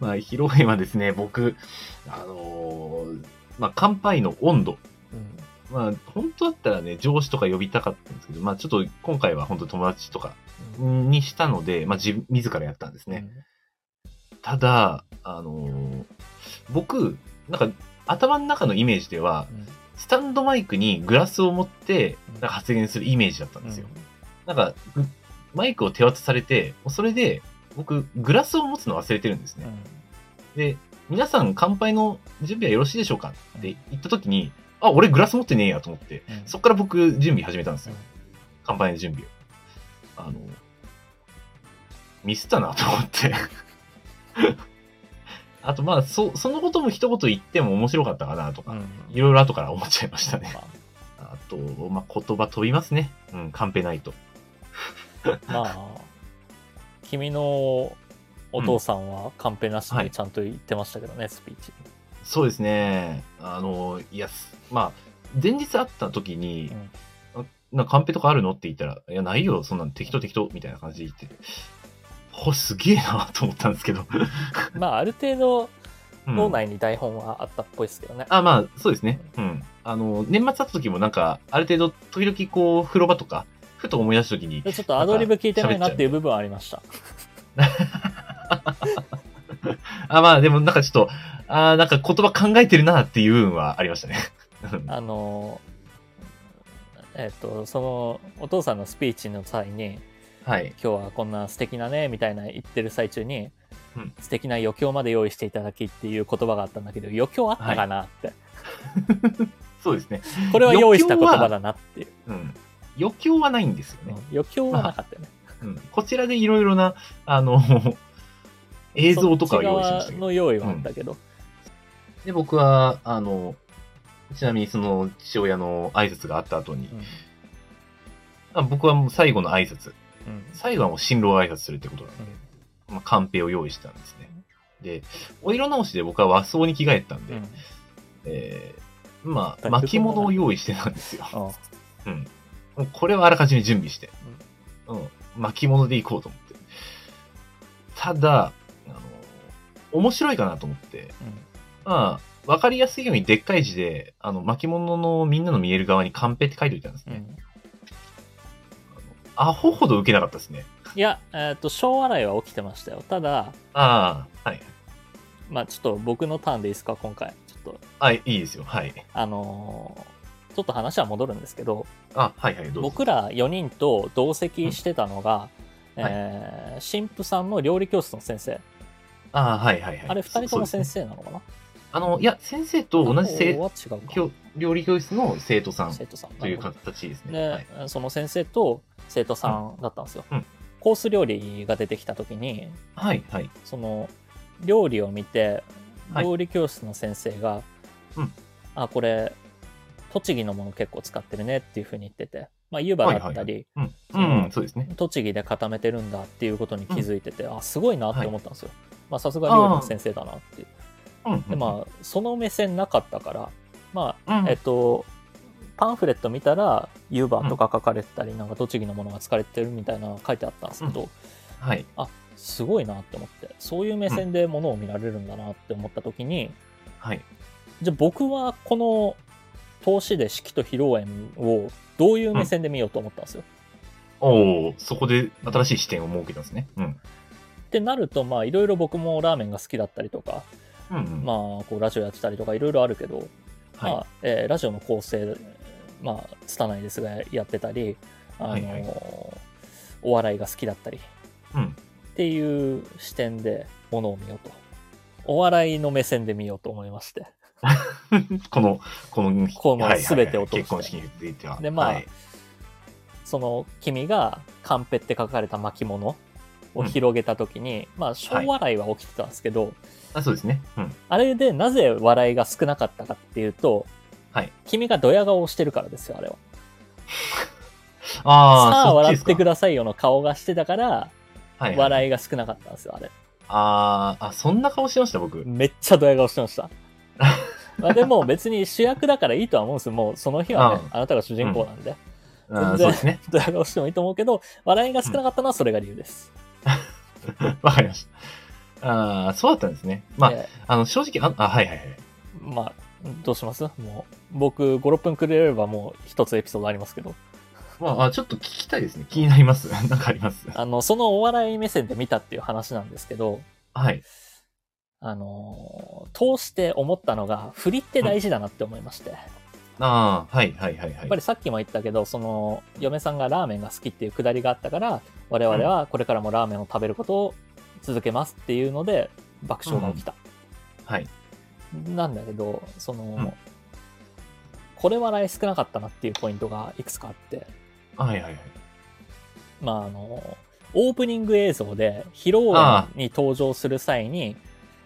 まあ、披露宴はですね、僕、あのーまあ、乾杯の温度。うんまあ、本当だったらね、上司とか呼びたかったんですけど、まあ、ちょっと今回は本当友達とかうんにしたので、まあ、自自らやったんですね。ただ、あのー僕、なんか、頭の中のイメージではう、んスタンドマイクにグラスを持ってうん、なんか発言するイメージだったんですよ。なんか、ぐマイクを手渡されて、もうそれで、僕、グラスを持つの忘れてるんですうね。んで、皆さん乾杯の準備はよろしいでしょうかって言った時に、あ、俺グラス持ってねえやと思って、うんそっから僕準備始めたんですようん。乾杯の準備を。あの、ミスったなと思って。 あとまあ、そ、そのことも一言言っても面白かったかなとうか、んいろいろ後から思っちゃいましたね。まあと、まあ言葉飛びますね。うん、カンペないと。あ、まあ君のお父さんはカンペなしでちゃんと言ってましたけどね、スピーチ。そうですね。あの、いや、すまあ、前日会った時に、あなんかカンペとかあるのって言ったら、いや、ないよ、そんなん適当適当、みたいな感じで言って、ほ、すげえなと思ったんですけど。まあある程度うん脳内に台本はあったっぽいですけどね、あ、まあ、そうですね。うん。あの、年末会った時もなんか、ある程度、時々こう、風呂場とか、ふと思い出した時に、でちょっとアドリブ聞いてないなっていう部分はありましたあ、まあ、でもなんかちょっと、あーなんか言葉考えてるなっていう部分はありましたね。うんあのえっ、とそのお父さんのスピーチの際にはい。今日はこんな素敵なねみたいな言ってる最中に、うん素敵な余興まで用意していただきっていう言葉があったんだけど余興あったかなって、そうですね。これは用意した言余興葉はだなっていううん。余興はないんですよね。余興はなかったよね、うん、こちらでいろいろな、あの、映像とかを用意しましそたっちけ側ど。の用意はあったけど、で、僕は、あの、ちなみにその父親の挨拶があった後に、うんあ僕はもう最後の挨拶、うん最後はもう新郎挨拶するってことなんで、まあ、カンペを用意したんですね。で、お色直しで僕は和装に着替えてたんで、うんえーまあ、だいぶ巻物を用意してたんですよ。あうん。もうこれはあらかじめ準備して、うん。巻物で行こうと思って。ただ、あの、面白いかなと思って、まあ、わかりやすいようにでっかい字で、あの、巻物のみんなの見える側にカンペって書いておいたんですうんうね。んアホほど受けなかったですね。いや、えっと小笑いは起きてましたよただああ、はい。まあちょっと僕のターンでいいですか今回ちょっとあ、いいですよ。はい。あのーちょっと話は戻るんですけどあ、はいはい、どうぞ。僕ら4人と同席してたのが、うんはいえー神父さんの料理教室の先生ああ、はいはいはい。あれ2人とも先生、生なのかな、あの、いや、先生と同じあ生は違うか教料理教室の生徒さん生徒さんという形ですね。はいで、その先生と生徒さんだったんですよ、うんコース料理が出てきた時にはい、はい。その料理を見てはい料理教室の先生が、うんあこれ栃木のもの結構使ってるねっていうふうに言ってて、まあ、湯葉だったり、はいはいうん、うん、そうですね。栃木で固めてるんだっていうことに気づいてて、あすごいなって思ったんですよ、まあさすが料理の先生だなっていううん。でまあその目線なかったからまあ、うんあえっとパンフレット見たら湯葉とか書かれてたり、なんか栃木のものが使われてるみたいなのが書いてあったんですけど、はい。すごいなって思ってそういう目線でものを見られるんだなって思った時に、はい。じゃあ僕はこの投資で式と披露宴をどういう目線で見ようと思ったんですよ。おお、そこで新しい視点を設けたんですね。うん。ってなるとまあいろいろ僕もラーメンが好きだったりとか、うん、うん。まあこうラジオやってたりとかいろいろあるけど、はい。まあえーラジオの構成まあ拙いですがやってたり、あのはいはお笑いが好きだったりっうん。ていう視点でものを見ようと。お笑いの目線で見ようと思いまして。この、この、このはいはいはい全てを通して結婚式については。でまあはいその君がカンペって書かれた巻物を広げた時に、まあ小笑いは起きてたんですけど、あ、そうですね。うん。あれでなぜ笑いが少なかったかっていうと、はい君がドヤ顔をしてるからですよあれは。ああ、さあそっち笑でっすかてくださいよの顔がしてたから、はいはい、笑いが少なかったんですよあれ。あーあ、そんな顔してました、僕。めっちゃドヤ顔してま した。まあでも別に主役だからいいとは思うんですよもうその日はね、あなたが主人公なんで、全然あーそうですね。 ドヤ顔してもいいと思うけど笑いが少なかったのはそれが理由です。わかりました。ああ、そうだったんですね。まあ、であの、正直、あ、あはいはいはい。まあ、どうしますもう、僕、5、6分くれればもう一つエピソードありますけど、まああ、ちょっと聞きたいですね。気になります。 なんかあります。あの、そのお笑い目線で見たっていう話なんですけど、はい。あのー通して思ったのが、振りって大事だなって思いまして、やああ、はいはいはいはっい。ぱりさっきも言ったけど、その、嫁さんがラーメンが好きっていうくだりがあったから、我々はこれからもラーメンを食べることを続けますっていうので、爆笑が起きた。はい。なんだけど、その、んこれ笑い少なかったなっていうポイントがいくつかあって、はいはいはい。まああのオープニング映像で披露宴に登場する際に、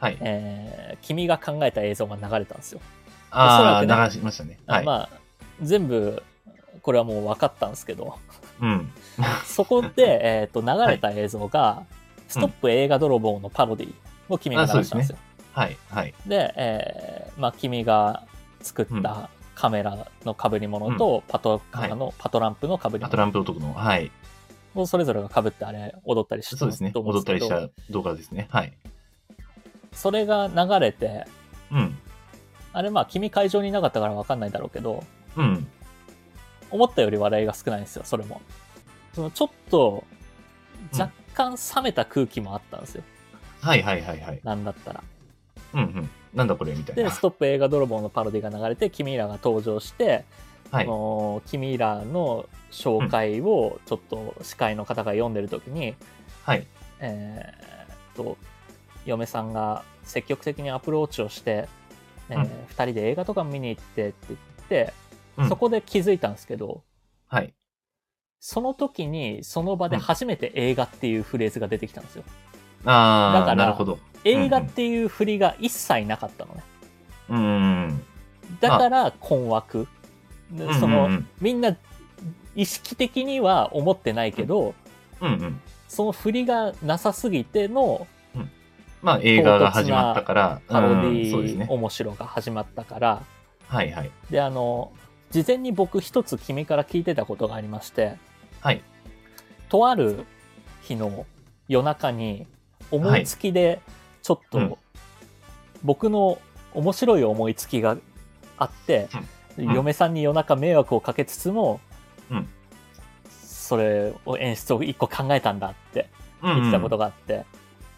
はい。えー君が考えた映像が流れたんですよ。ああ、おそらくね流しましたね。あはい。まあ全部これはもう分かったんですけどうん。そこで、えー、と流れた映像が「ストップ映画泥棒」のパロディを君が流したんですよ。はい、はい。で、えーまあ、君が作ったカメラの被り物とパトカーの、パトランプの被りア物トランプ男の、はい。をそれぞれが被ってあれ踊ったりしたそうですね。と思うん踊でっすけたどりした動画ですね。はい。それが流れてうん。あれまあ君会場にいなかったから分かんないだろうけどうん。思ったより話題が少ないんですよそれもそのちょっと若干冷めた空気もあったんですよ、はいはいはいはい。なんだったらうんうん。なんだこれみたいで「な。ストップ映画泥棒」のパロディが流れて君らが登場して、はいあ。の君らの紹介をちょっと司会の方が読んでる時に、はい。えーっと嫁さんが積極的にアプローチをして、えうん2人で映画とか見に行ってって言って、うんそこで気づいたんですけどはい。その時にその場で初めて映画っていうフレーズが出てきたんですよ、だあからあ、なるほど。映画っていう振りが一切なかったのねうんうんだから困惑、うん。そうんうのんみんな意識的には思ってないけど、うん。うんうん。その振りがなさすぎてのまあ映画が始まったから、パロデうんそうですィね。面白が始まったから、はいはい。であの事前に僕一つ君から聞いてたことがありましてはい。とある日の夜中に思いつきでちょっうんと僕の面白い思いつきがあって、うん嫁さんに夜中迷惑をかけつつも、うんそれを演出を一個考えたんだってうんうん言ってたことがあって、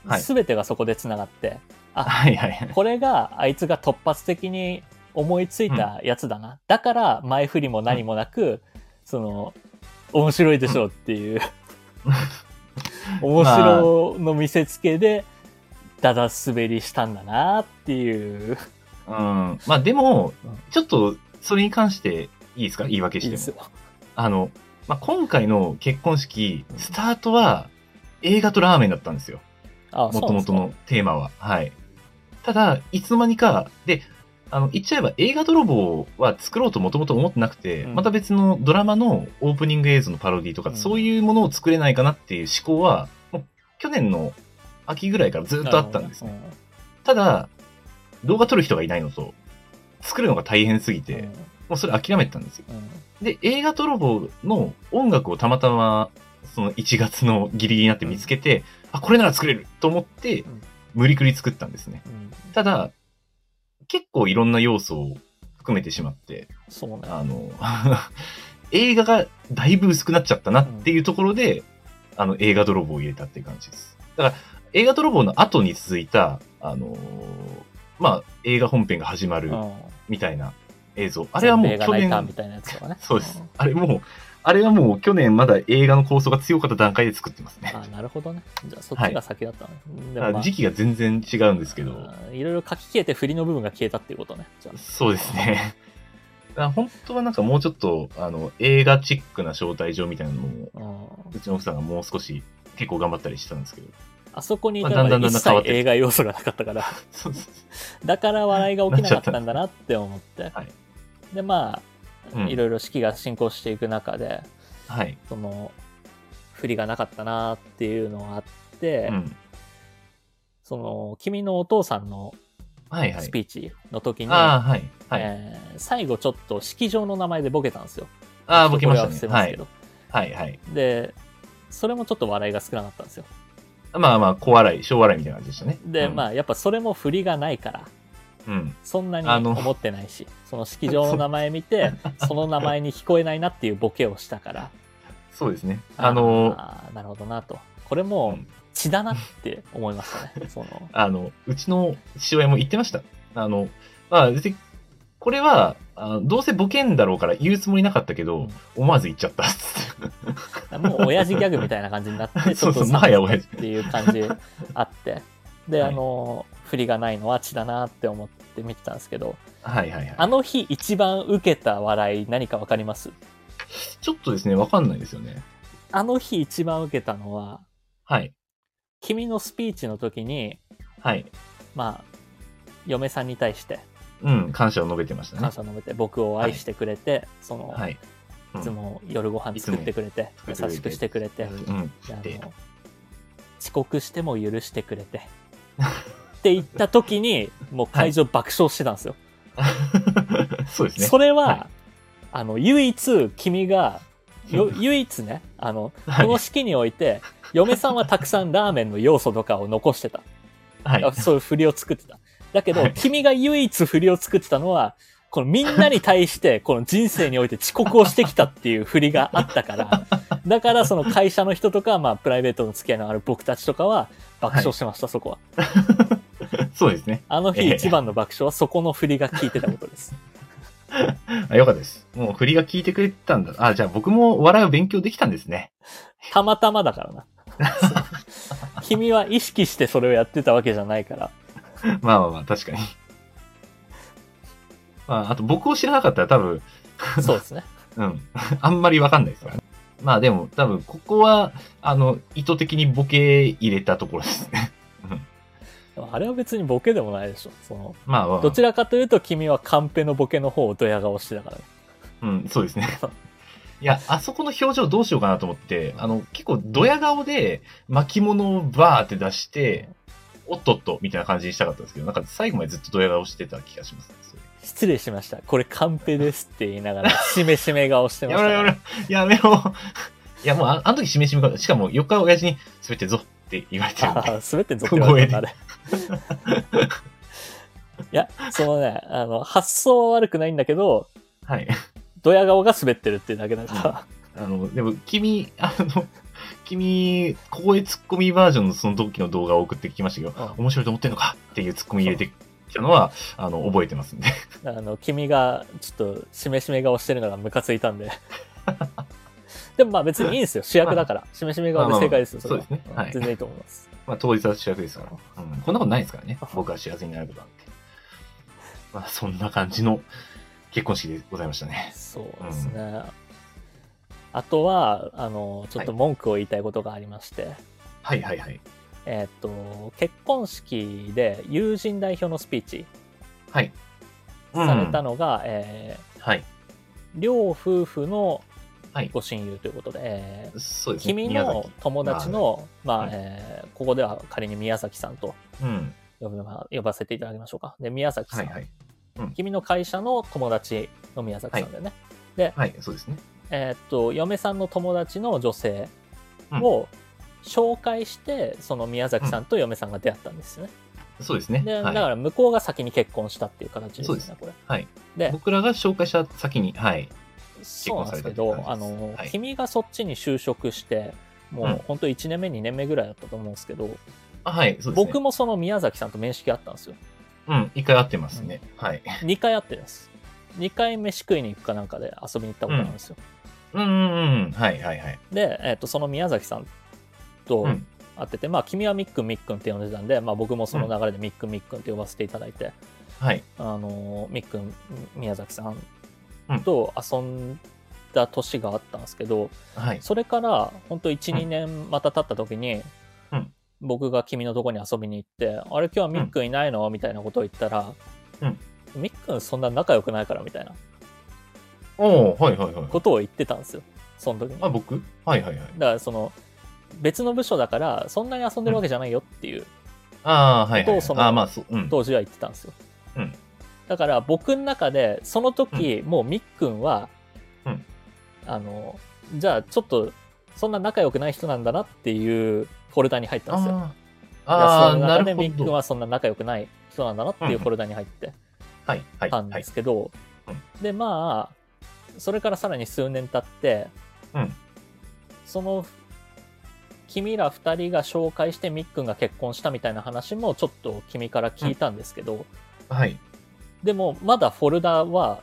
はい全てがそこでつながってはいはい。これがあいつが突発的に思いついたやつだな、だから前振りも何もなく、その面白いでしょうっていう 面白の見せつけでだだ滑りしたんだなっていううん。まあでもうん、ちょっとそれに関していいですか言い訳いいしでてすも。よあの、まあ今回の結婚式、スタートは映画とラーメンだったんですよ。あもともとそうなんでのテーマは。はい。ただ、いつの間にか、で、あの、言っちゃえば映画泥棒は作ろうともともと思ってなくて、うんまた別のドラマのオープニング映像のパロディとか、うんそういうものを作れないかなっていう思考は、もう去年の秋ぐらいからずすっねとあったんですね。なるほただ、動画撮る人がいないのと、作るのが大変すぎどねて、もうそれ諦めてたんですよ。うんうんで、映画泥棒の音楽をたまたま、その1月のギリギリになって見つけて、あ、これなら作れると思ってうん、無理くり作ったんですね。うんただ、結構いろんな要素を含めてしまって、そうねあの、 映画がだいぶ薄くなっちゃったなっていうところで、あの、映画泥棒を入れたっていう感じです。だから、映画泥棒の後に続いた、あのーまあ、映画本編が始まるうんみたいな映像。あれはもう全米去が泣い年た、みたいなやつとかねそうです。あれもう、あれはもう去年まだ映画の構想が強かった段階で作ってますねあ。なるほどねじゃあそっちが先だったのね、でだかもらまあ時期が全然違うんですけど。うんいろいろ書き消えて振りの部分が消えたっていうことねじゃあそうですね。だから本当はなんかもうちょっと、あの、映画チックな招待状みたいなのも、うんうちの奥さんがもう少し結構頑張ったりしてた んですけど。あそこにいたまあだらんだ一んだん変わっ切てる映画要素がなかったから、 そうそうそだから笑いが起きなかったんだなって思って はい。で、まうあ、んいろいろ式が進行していく中で、うはい。その、振りがなかったなっていうのがあってう、ん。その、君のお父さんのはいはい。スピーチの時に、ああ、はい。はい。えー最後ちょっと式場の名前でボケたんですよ。ああ、ボケましちょっとこれは伏せたね。まはすけい。ど。はいはい。で、それもちょっと笑いが少なかったんですよ。まあまあ、小笑い、小笑いみたいな感じでしたね。で、まあ。あ、やっぱそれも振りがないから、うん。そんなにあの思ってないし、その式場の名前見 て、その名前に聞こえないなっていうボケをしたから、そうですね。 あの、あーなるほどなと。これもうん血だなって思いま したね。その、あの、うちの父親も言ってました。あの、まあ、別に、これは、あどうせボケんだろうから言うつもりなかったけど、思わず言っちゃったっつって。 もう親父ギャグみたいな感じになって、ちょっとそうそうもはや冷め親た父っていう感じあって、で、はいあの、振りがないのは血だなって思って見てたんですけど、はいはいはい。あの日一番受けた笑い何かわかりますちょっとですね、わかんないですよね。あの日一番受けたのは、はい。君のスピーチの時に、はい。まあ、嫁さんに対して、うん、感謝を述べてましたね感。謝を述べて僕を愛してくれて、その、、はいい。うんつも夜ご飯作ってくれてい優つもしくしてくれて、うん。であでの遅刻しても許してくれてって言った時に、もう会場爆笑してたんですよ。 そうですね。それは、はいあの、唯一君が、よ唯一ね、あの、 はいこの式において、嫁さんはたくさんラーメンの要素とかを残してた。はい。あそういう振りを作ってた。だけど、はい君が唯一振りを作ってたのは、このみんなに対して、この人生において遅刻をしてきたっていう振りがあったから、だからその会社の人とか、まあプライベートの付き合いのある僕たちとかは爆笑してました、そこは。 そうですね。あのえ日え一番の爆笑はそこの振りが効いてたことです。あ、よかったです。もう振りが効いてくれてたんだ。あ、じゃあ僕もお笑いを勉強できたんですね。 たまたまだからな。 そう君は意識してそれをやってたわけじゃないから。まあまあまあ、確かに。 まあ、あと僕を知らなかったら多分、そうですね。うん。 あんまりわかんないですからね。まあでも、多分、ここは、あの、意図的にボケ入れたところですね。 でもあれは別にボケでもないでしょ。その、まあまあ、どちらかというと君はカンペのボケの方をドヤ顔してたからね。うん、そうですね。 いや、あそこの表情どうしようかなと思って、あの、結構ドヤ顔で巻物をバーって出して、おっとっと、みたいな感じにしたかったんですけど、なんか最後までずっとドヤ顔してた気がしますね。それ失礼しました。これカンペですって言いながら、しめしめ顔してまやした、めろやめろ、やめろ。いや、もうあ、あの時しめしめかしかも、4日親父に滑ってぞって言われてるんあで。あ、滑ってんぞって言われたんだね。 いや、そのね、あの、発想は悪くないんだけど、はい。ドヤ顔が滑ってるっていうだけだから、あの、でも、君、あの、君、ここへツッコミバージョンのその時の動画を送ってきましたけど、うん面白いと思ってんのかっていうツッコミ入れてきたのは、あの、覚えてますんで。あの、君がちょっとしめしめ顔してるのがムカついたん で。でもまあ別にいいんですよ。主役だから。しめしめ顔で正解ですよ。まあまあれはそうですねはい全然いいと思います。まあ、当日は主役ですから、うん。こんなことないですか らね。僕は幸せになることなんて。まあ、そんな感じの結婚式でございましたね。そうですね。あとは、あの、ちょっと文句を言いたいことがありまして、はいはいはい。えーっと、結婚式で友人代表のスピーチはい。されたの、のが、えはい。ー両夫婦のはいご親友ということで、えーそうですね。君宮の崎友達の、まあ、はいえーここでは仮に宮崎さんとうん。呼ぶまあ呼ばせていただきましょうか。で、宮崎さはん。いはい。君の会社の友達の宮崎さんだよね。で、はい、そうですね。えーっと、嫁さんの友達の女性を紹介して、その宮崎さんと嫁さんが出会ったんですよね。そうですね。で、だはいから向こうが先に結婚したっていう形ですそよねうです、これ。はいで、僕らが紹介した先に、はい。そうなんですけ結婚ど、さあれたって感じですの、はい君がそっちに就職して、もうんう本当1年目、2年目ぐらいだったと思うんですけど、あはい、そうですね。僕もその宮崎さんと面識あったんです よ。うん、一回会ってますね。はい。 2回会ってるんです。2回飯食いに行くかなんかで遊びに行ったことあるんですよ。うんうんうん。はいはいはい。で、えっ、と、その宮崎さんとうん会ってて、まあ、君はみっくんみっくんって呼んでたんで、まあ、僕もその流れでみっくんみっくんって呼ばせていただいて、はい。あのみっくん宮崎さんと遊んだ年があったんですけど、はい。それから本当うん12年また経った時に、うん僕が君のとこに遊びに行って「あれ今日はみっくんいないの?」みたいなことを言ったらうん「みっくんそんな仲良くないから」みたいなおーはいはいはい。ことを言ってたんですよその時に。あ、だか僕はいはいはい。らその別の部署だからそんなに遊んでるわけじゃないよっていうああ、はいはい、はといそ。のあーまあ、そう。うん。当時は言ってたんですよ、うんだから僕の中でその時、もうみっくんは、うんあのじゃあちょっとそんな仲良くない人なんだなっていうフォルダに入ったんですよあーいあー、やその中なるでみっほくんど。はそんな仲良くない人なんだなっていうフォルダに入ってはい、はい、たんではい。すけど、はいはでまあそれからさらに数年経って、うんその君ら2人が紹介してみっくんが結婚したみたいな話もちょっと君から聞いたんですけど、はい。でもまだフォルダは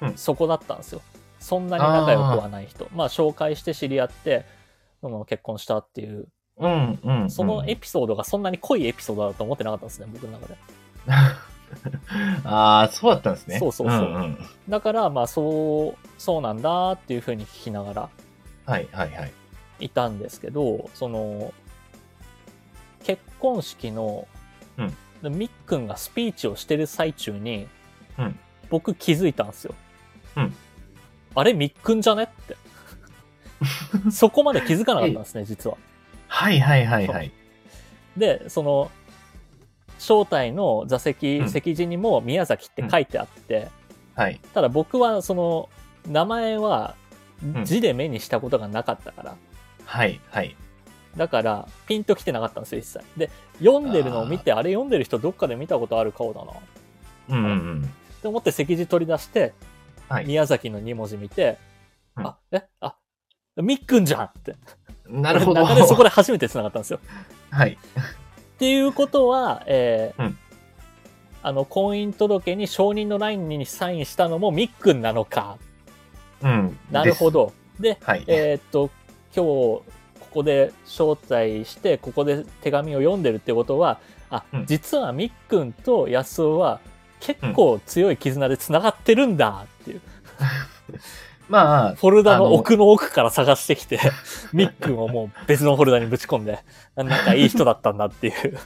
うんそこだったんですよ、そんなに仲良くはない人まあ紹介して知り合ってその結婚したっていううん、うんうん。そのエピソードがそんなに濃いエピソードだと思ってなかったんですね僕の中でああ、そうだったんですね。そうそうそうんんだからまあそうそうなんだっていうふうに聞きながらはい、はい、はい。いたんですけどその結婚式の、みっくんがスピーチをしてる最中に、うん僕気づいたんですよ、うんあれみっくんじゃねって そこまで気づかなかったんですね実ははい、はい、はい、はい。でその招待の座席、うん席次にも宮崎って書いてあって、はい。ただ僕はその名前は字で目にしたことがなかったから、はい。はい。だからピンときてなかったんですよ一切で読んでるのを見てあれ読んでる人どっかで見たことある顔だなっうんうんうん。て思って席次取り出して、はい宮崎の2文字見て、うんあえあみっくんじゃんってなるほど。中でそこで初めて繋がったんですよ はい。っていうことは、えーうんあの婚姻届に承認のラインにサインしたのもみっくんなのかうん。なるほど。どではい。えーっと今日ここで招待してここで手紙を読んでるってことはあ、うん実はみっくんと安尾は結構強い絆でつながってるんだっていう、まあ、フォルダあのの奥の奥から探してきて みっくんをもう別のフォルダにぶち込んであ仲いい人だったんだって いう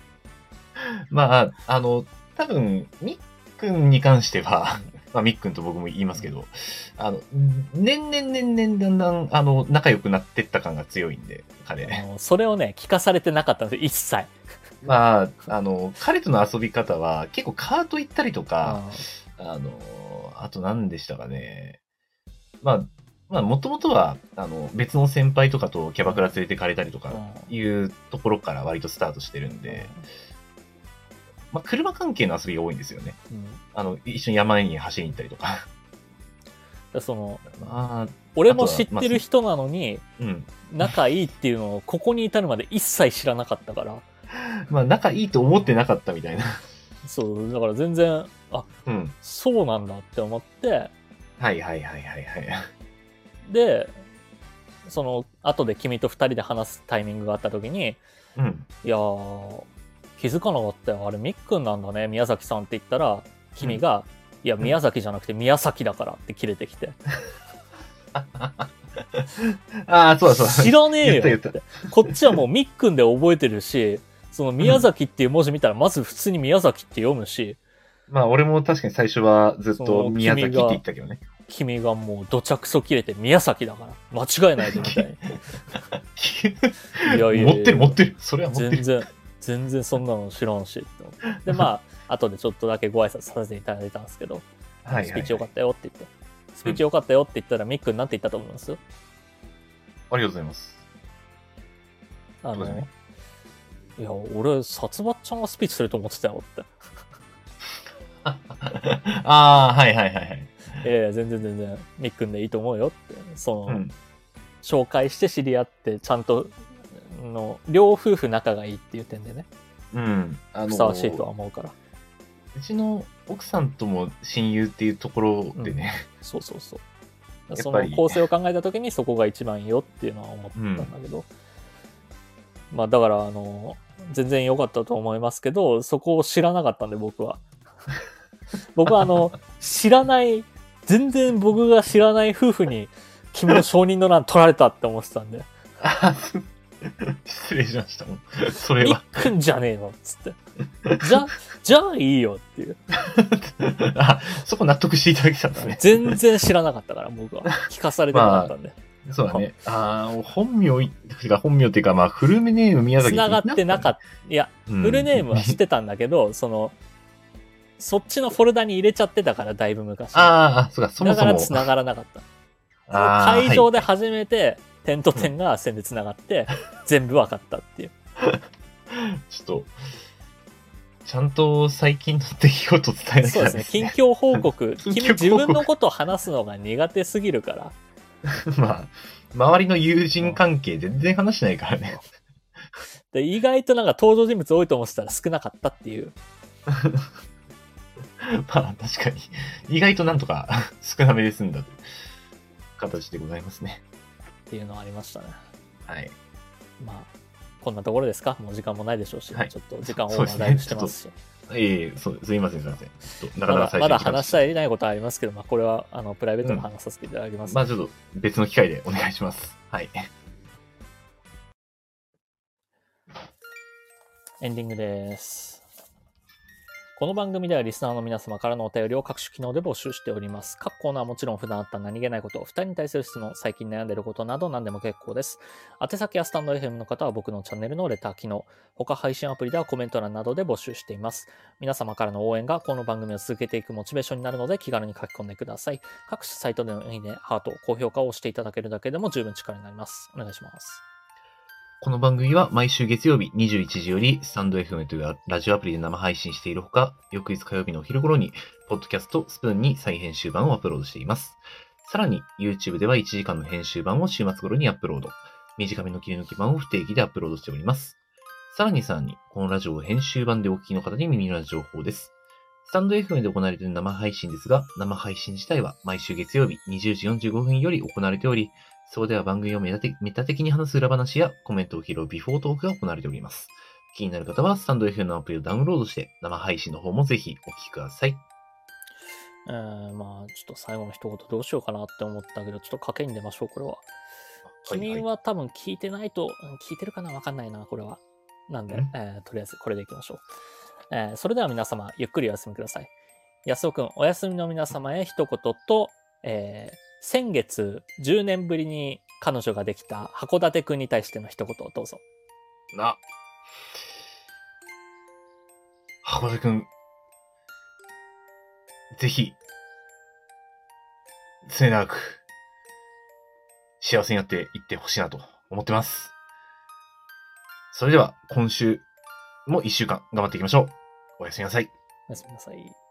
まあ、あの、多分、みっくんに関しては、 まあ、みっくんと僕も言いますけど、あの、年々年々だんだん、あの、仲良くなってった感が強いんで、あ彼。のそれをね聞かされてなかったんですよ一切まあ、あの、彼との遊び方は、結構カート行ったりとか、あの、あと何でしたかね。まあ、まあ、もともとは、あの、別の先輩とかとキャバクラ連れてかれたりとうんか、いうところから割とスタートしてるんで、まあ、車関係の遊びが多いんですよね。うんだかあの、一緒に山に走りに行ったりとか。らそのまあ、俺も知ってる人なのにうん。仲いいっていうのをここに至るまで一切知らなかったからまあ、仲いいと思ってなかったみたいな。そうだから全然あうん。そうなんだって思ってはいはいはいはいはい。でその後で君と2人で話すタイミングがあった時にうん。 「いやー気づかなかったよあれみっくんなんだね宮崎さん」って言ったら君が「いや宮崎じゃなくて宮崎だから」って切れてきてああ、そうだそうだ。知らねえよ言った言こっちはもうみっくんで覚えてるしその宮崎っていう文字見たらまず普通に宮崎って読むしまあ、俺も確かに最初はずっそとう宮崎って言ったけどね。君がもうどちゃくそ切れて宮崎だから間違いないぞみたいにいやいやいや持ってる持ってる。それは持って全る。然全然そんなの知らんしって思って でまあ後でちょっとだけご挨拶させていただいたんですけどはいスはピーいチ。良かったよって言って、スピーチ良かったよって言ったらみっくんなんて言ったと思いますありがとうございます。あそうの、だねいや俺殺伐ちゃんがスピーチすると思ってたよ って ああ、はいはいはいはい。ええ全然全然みっくんでいいと思うよってその、うん。紹介して知り合ってちゃんとの両夫婦仲がいいっていう点でねうん。あふさわしいとは思うから、うちの奥さんとも親友っていうところでね、そうそうそうやっぱりその構成を考えた時にそこが一番いいよっていうのは思ったんだけど、まあだからあの全然良かったと思いますけどそこを知らなかったんで僕 は僕はあの知らない全然僕が知らない夫婦に君の承認の欄取られたって思ってたんで あす失礼しました。もうそ「れみっは。くんじゃねえの」っつって「じゃじゃあいいよ」って いうあ、そこ納得していただけたんですね。全然知らなかったから僕は聞かされてなかったんでそうだね。ああ、本名い、てか本名っていうか、まあ、フルネーム宮崎繋がってなかっったいやた。フル ネームはし知ってたんだけど、その、そっちのフォルダに入れちゃってたから、だいぶ昔。あーあ、そうか、そもだそからも。繋がらなかった。あー会場はいで初めて、点と点が線で繋が って、全部分かったっていう。ちょっと、ちゃんと最近の出来事を伝えなきそうゃですね。 近況報告。近況報告君自分のことを話すのが苦手すぎるから。まあ、周りの友人関係全然話しないか らね。で、意外となんか登場人物多いと思ってたら少なかったっていう。まあ、確かに。意外となんとか 少なめで済んだという形でございますね。っていうのはありましたね。はい。まあ、こんなところですかもう時間もないでしょうし、はいちょっと時間オーそバうでーすねライブしてますし。ええそうすいません、すいません。ちょっと、なかまなかだ最まだ初に来ま話ししたたりないことはありますけど、まあ、これはあのプライベートで話させていただきます、まあ、ちょっと別の機会でお願いします。はい。エンディングです。この番組ではリスナーの皆様からのお便りを各種機能で募集しております。各コーナーはもちろん普段あった何気ないこと、二人に対する質問、最近悩んでいることなど何でも結構です。宛先やスタンド FM の方は僕のチャンネルのレター機能、他配信アプリではコメント欄などで募集しています。皆様からの応援がこの番組を続けていくモチベーションになるので気軽に書き込んでください。各種サイトでのいいね、ハート、高評価を押していただけるだけでも十分力になります。お願いします。この番組は毎週月曜日21時よりスタンド FM というラジオアプリで生配信しているほか、翌日火曜日のお昼頃に、ポッドキャストスプーンに再編集版をアップロードしています。さらに、YouTube では1時間の編集版を週末頃にアップロード。短めの切り抜き版を不定期でアップロードしております。さらにさらに、このラジオを編集版でお聞きの方に耳の情報です。スタンド FM で行われている生配信ですが、生配信自体は毎週月曜日20時45分より行われており、そこでは番組をメタ的メタ的に話す裏話やコメントを拾うビフォートークが行われております。気になる方はスタンド FM のアプリをダウンロードして生配信の方もぜひお聞きください。えー、まあ、ちょっと最後の一言どうしようかなって思ったけど、ちょっと賭けに出ましょう、これは。君は多分聞いてないと、うん聞いてるかなわかんないな、これは。なんでうん、えーとりあえずこれでいきましょう、えーそれでは皆様、ゆっくりお休みください。安尾くん、お休みの皆様へ一言と、えー先月10年ぶりに彼女ができた函館くんに対しての一言をどうぞ。な。函館くん、ぜひ、末永く、幸せになっていってほしいなと思ってます。それでは、今週も一週間頑張っていきましょう。おやすみなさい。おやすみなさい。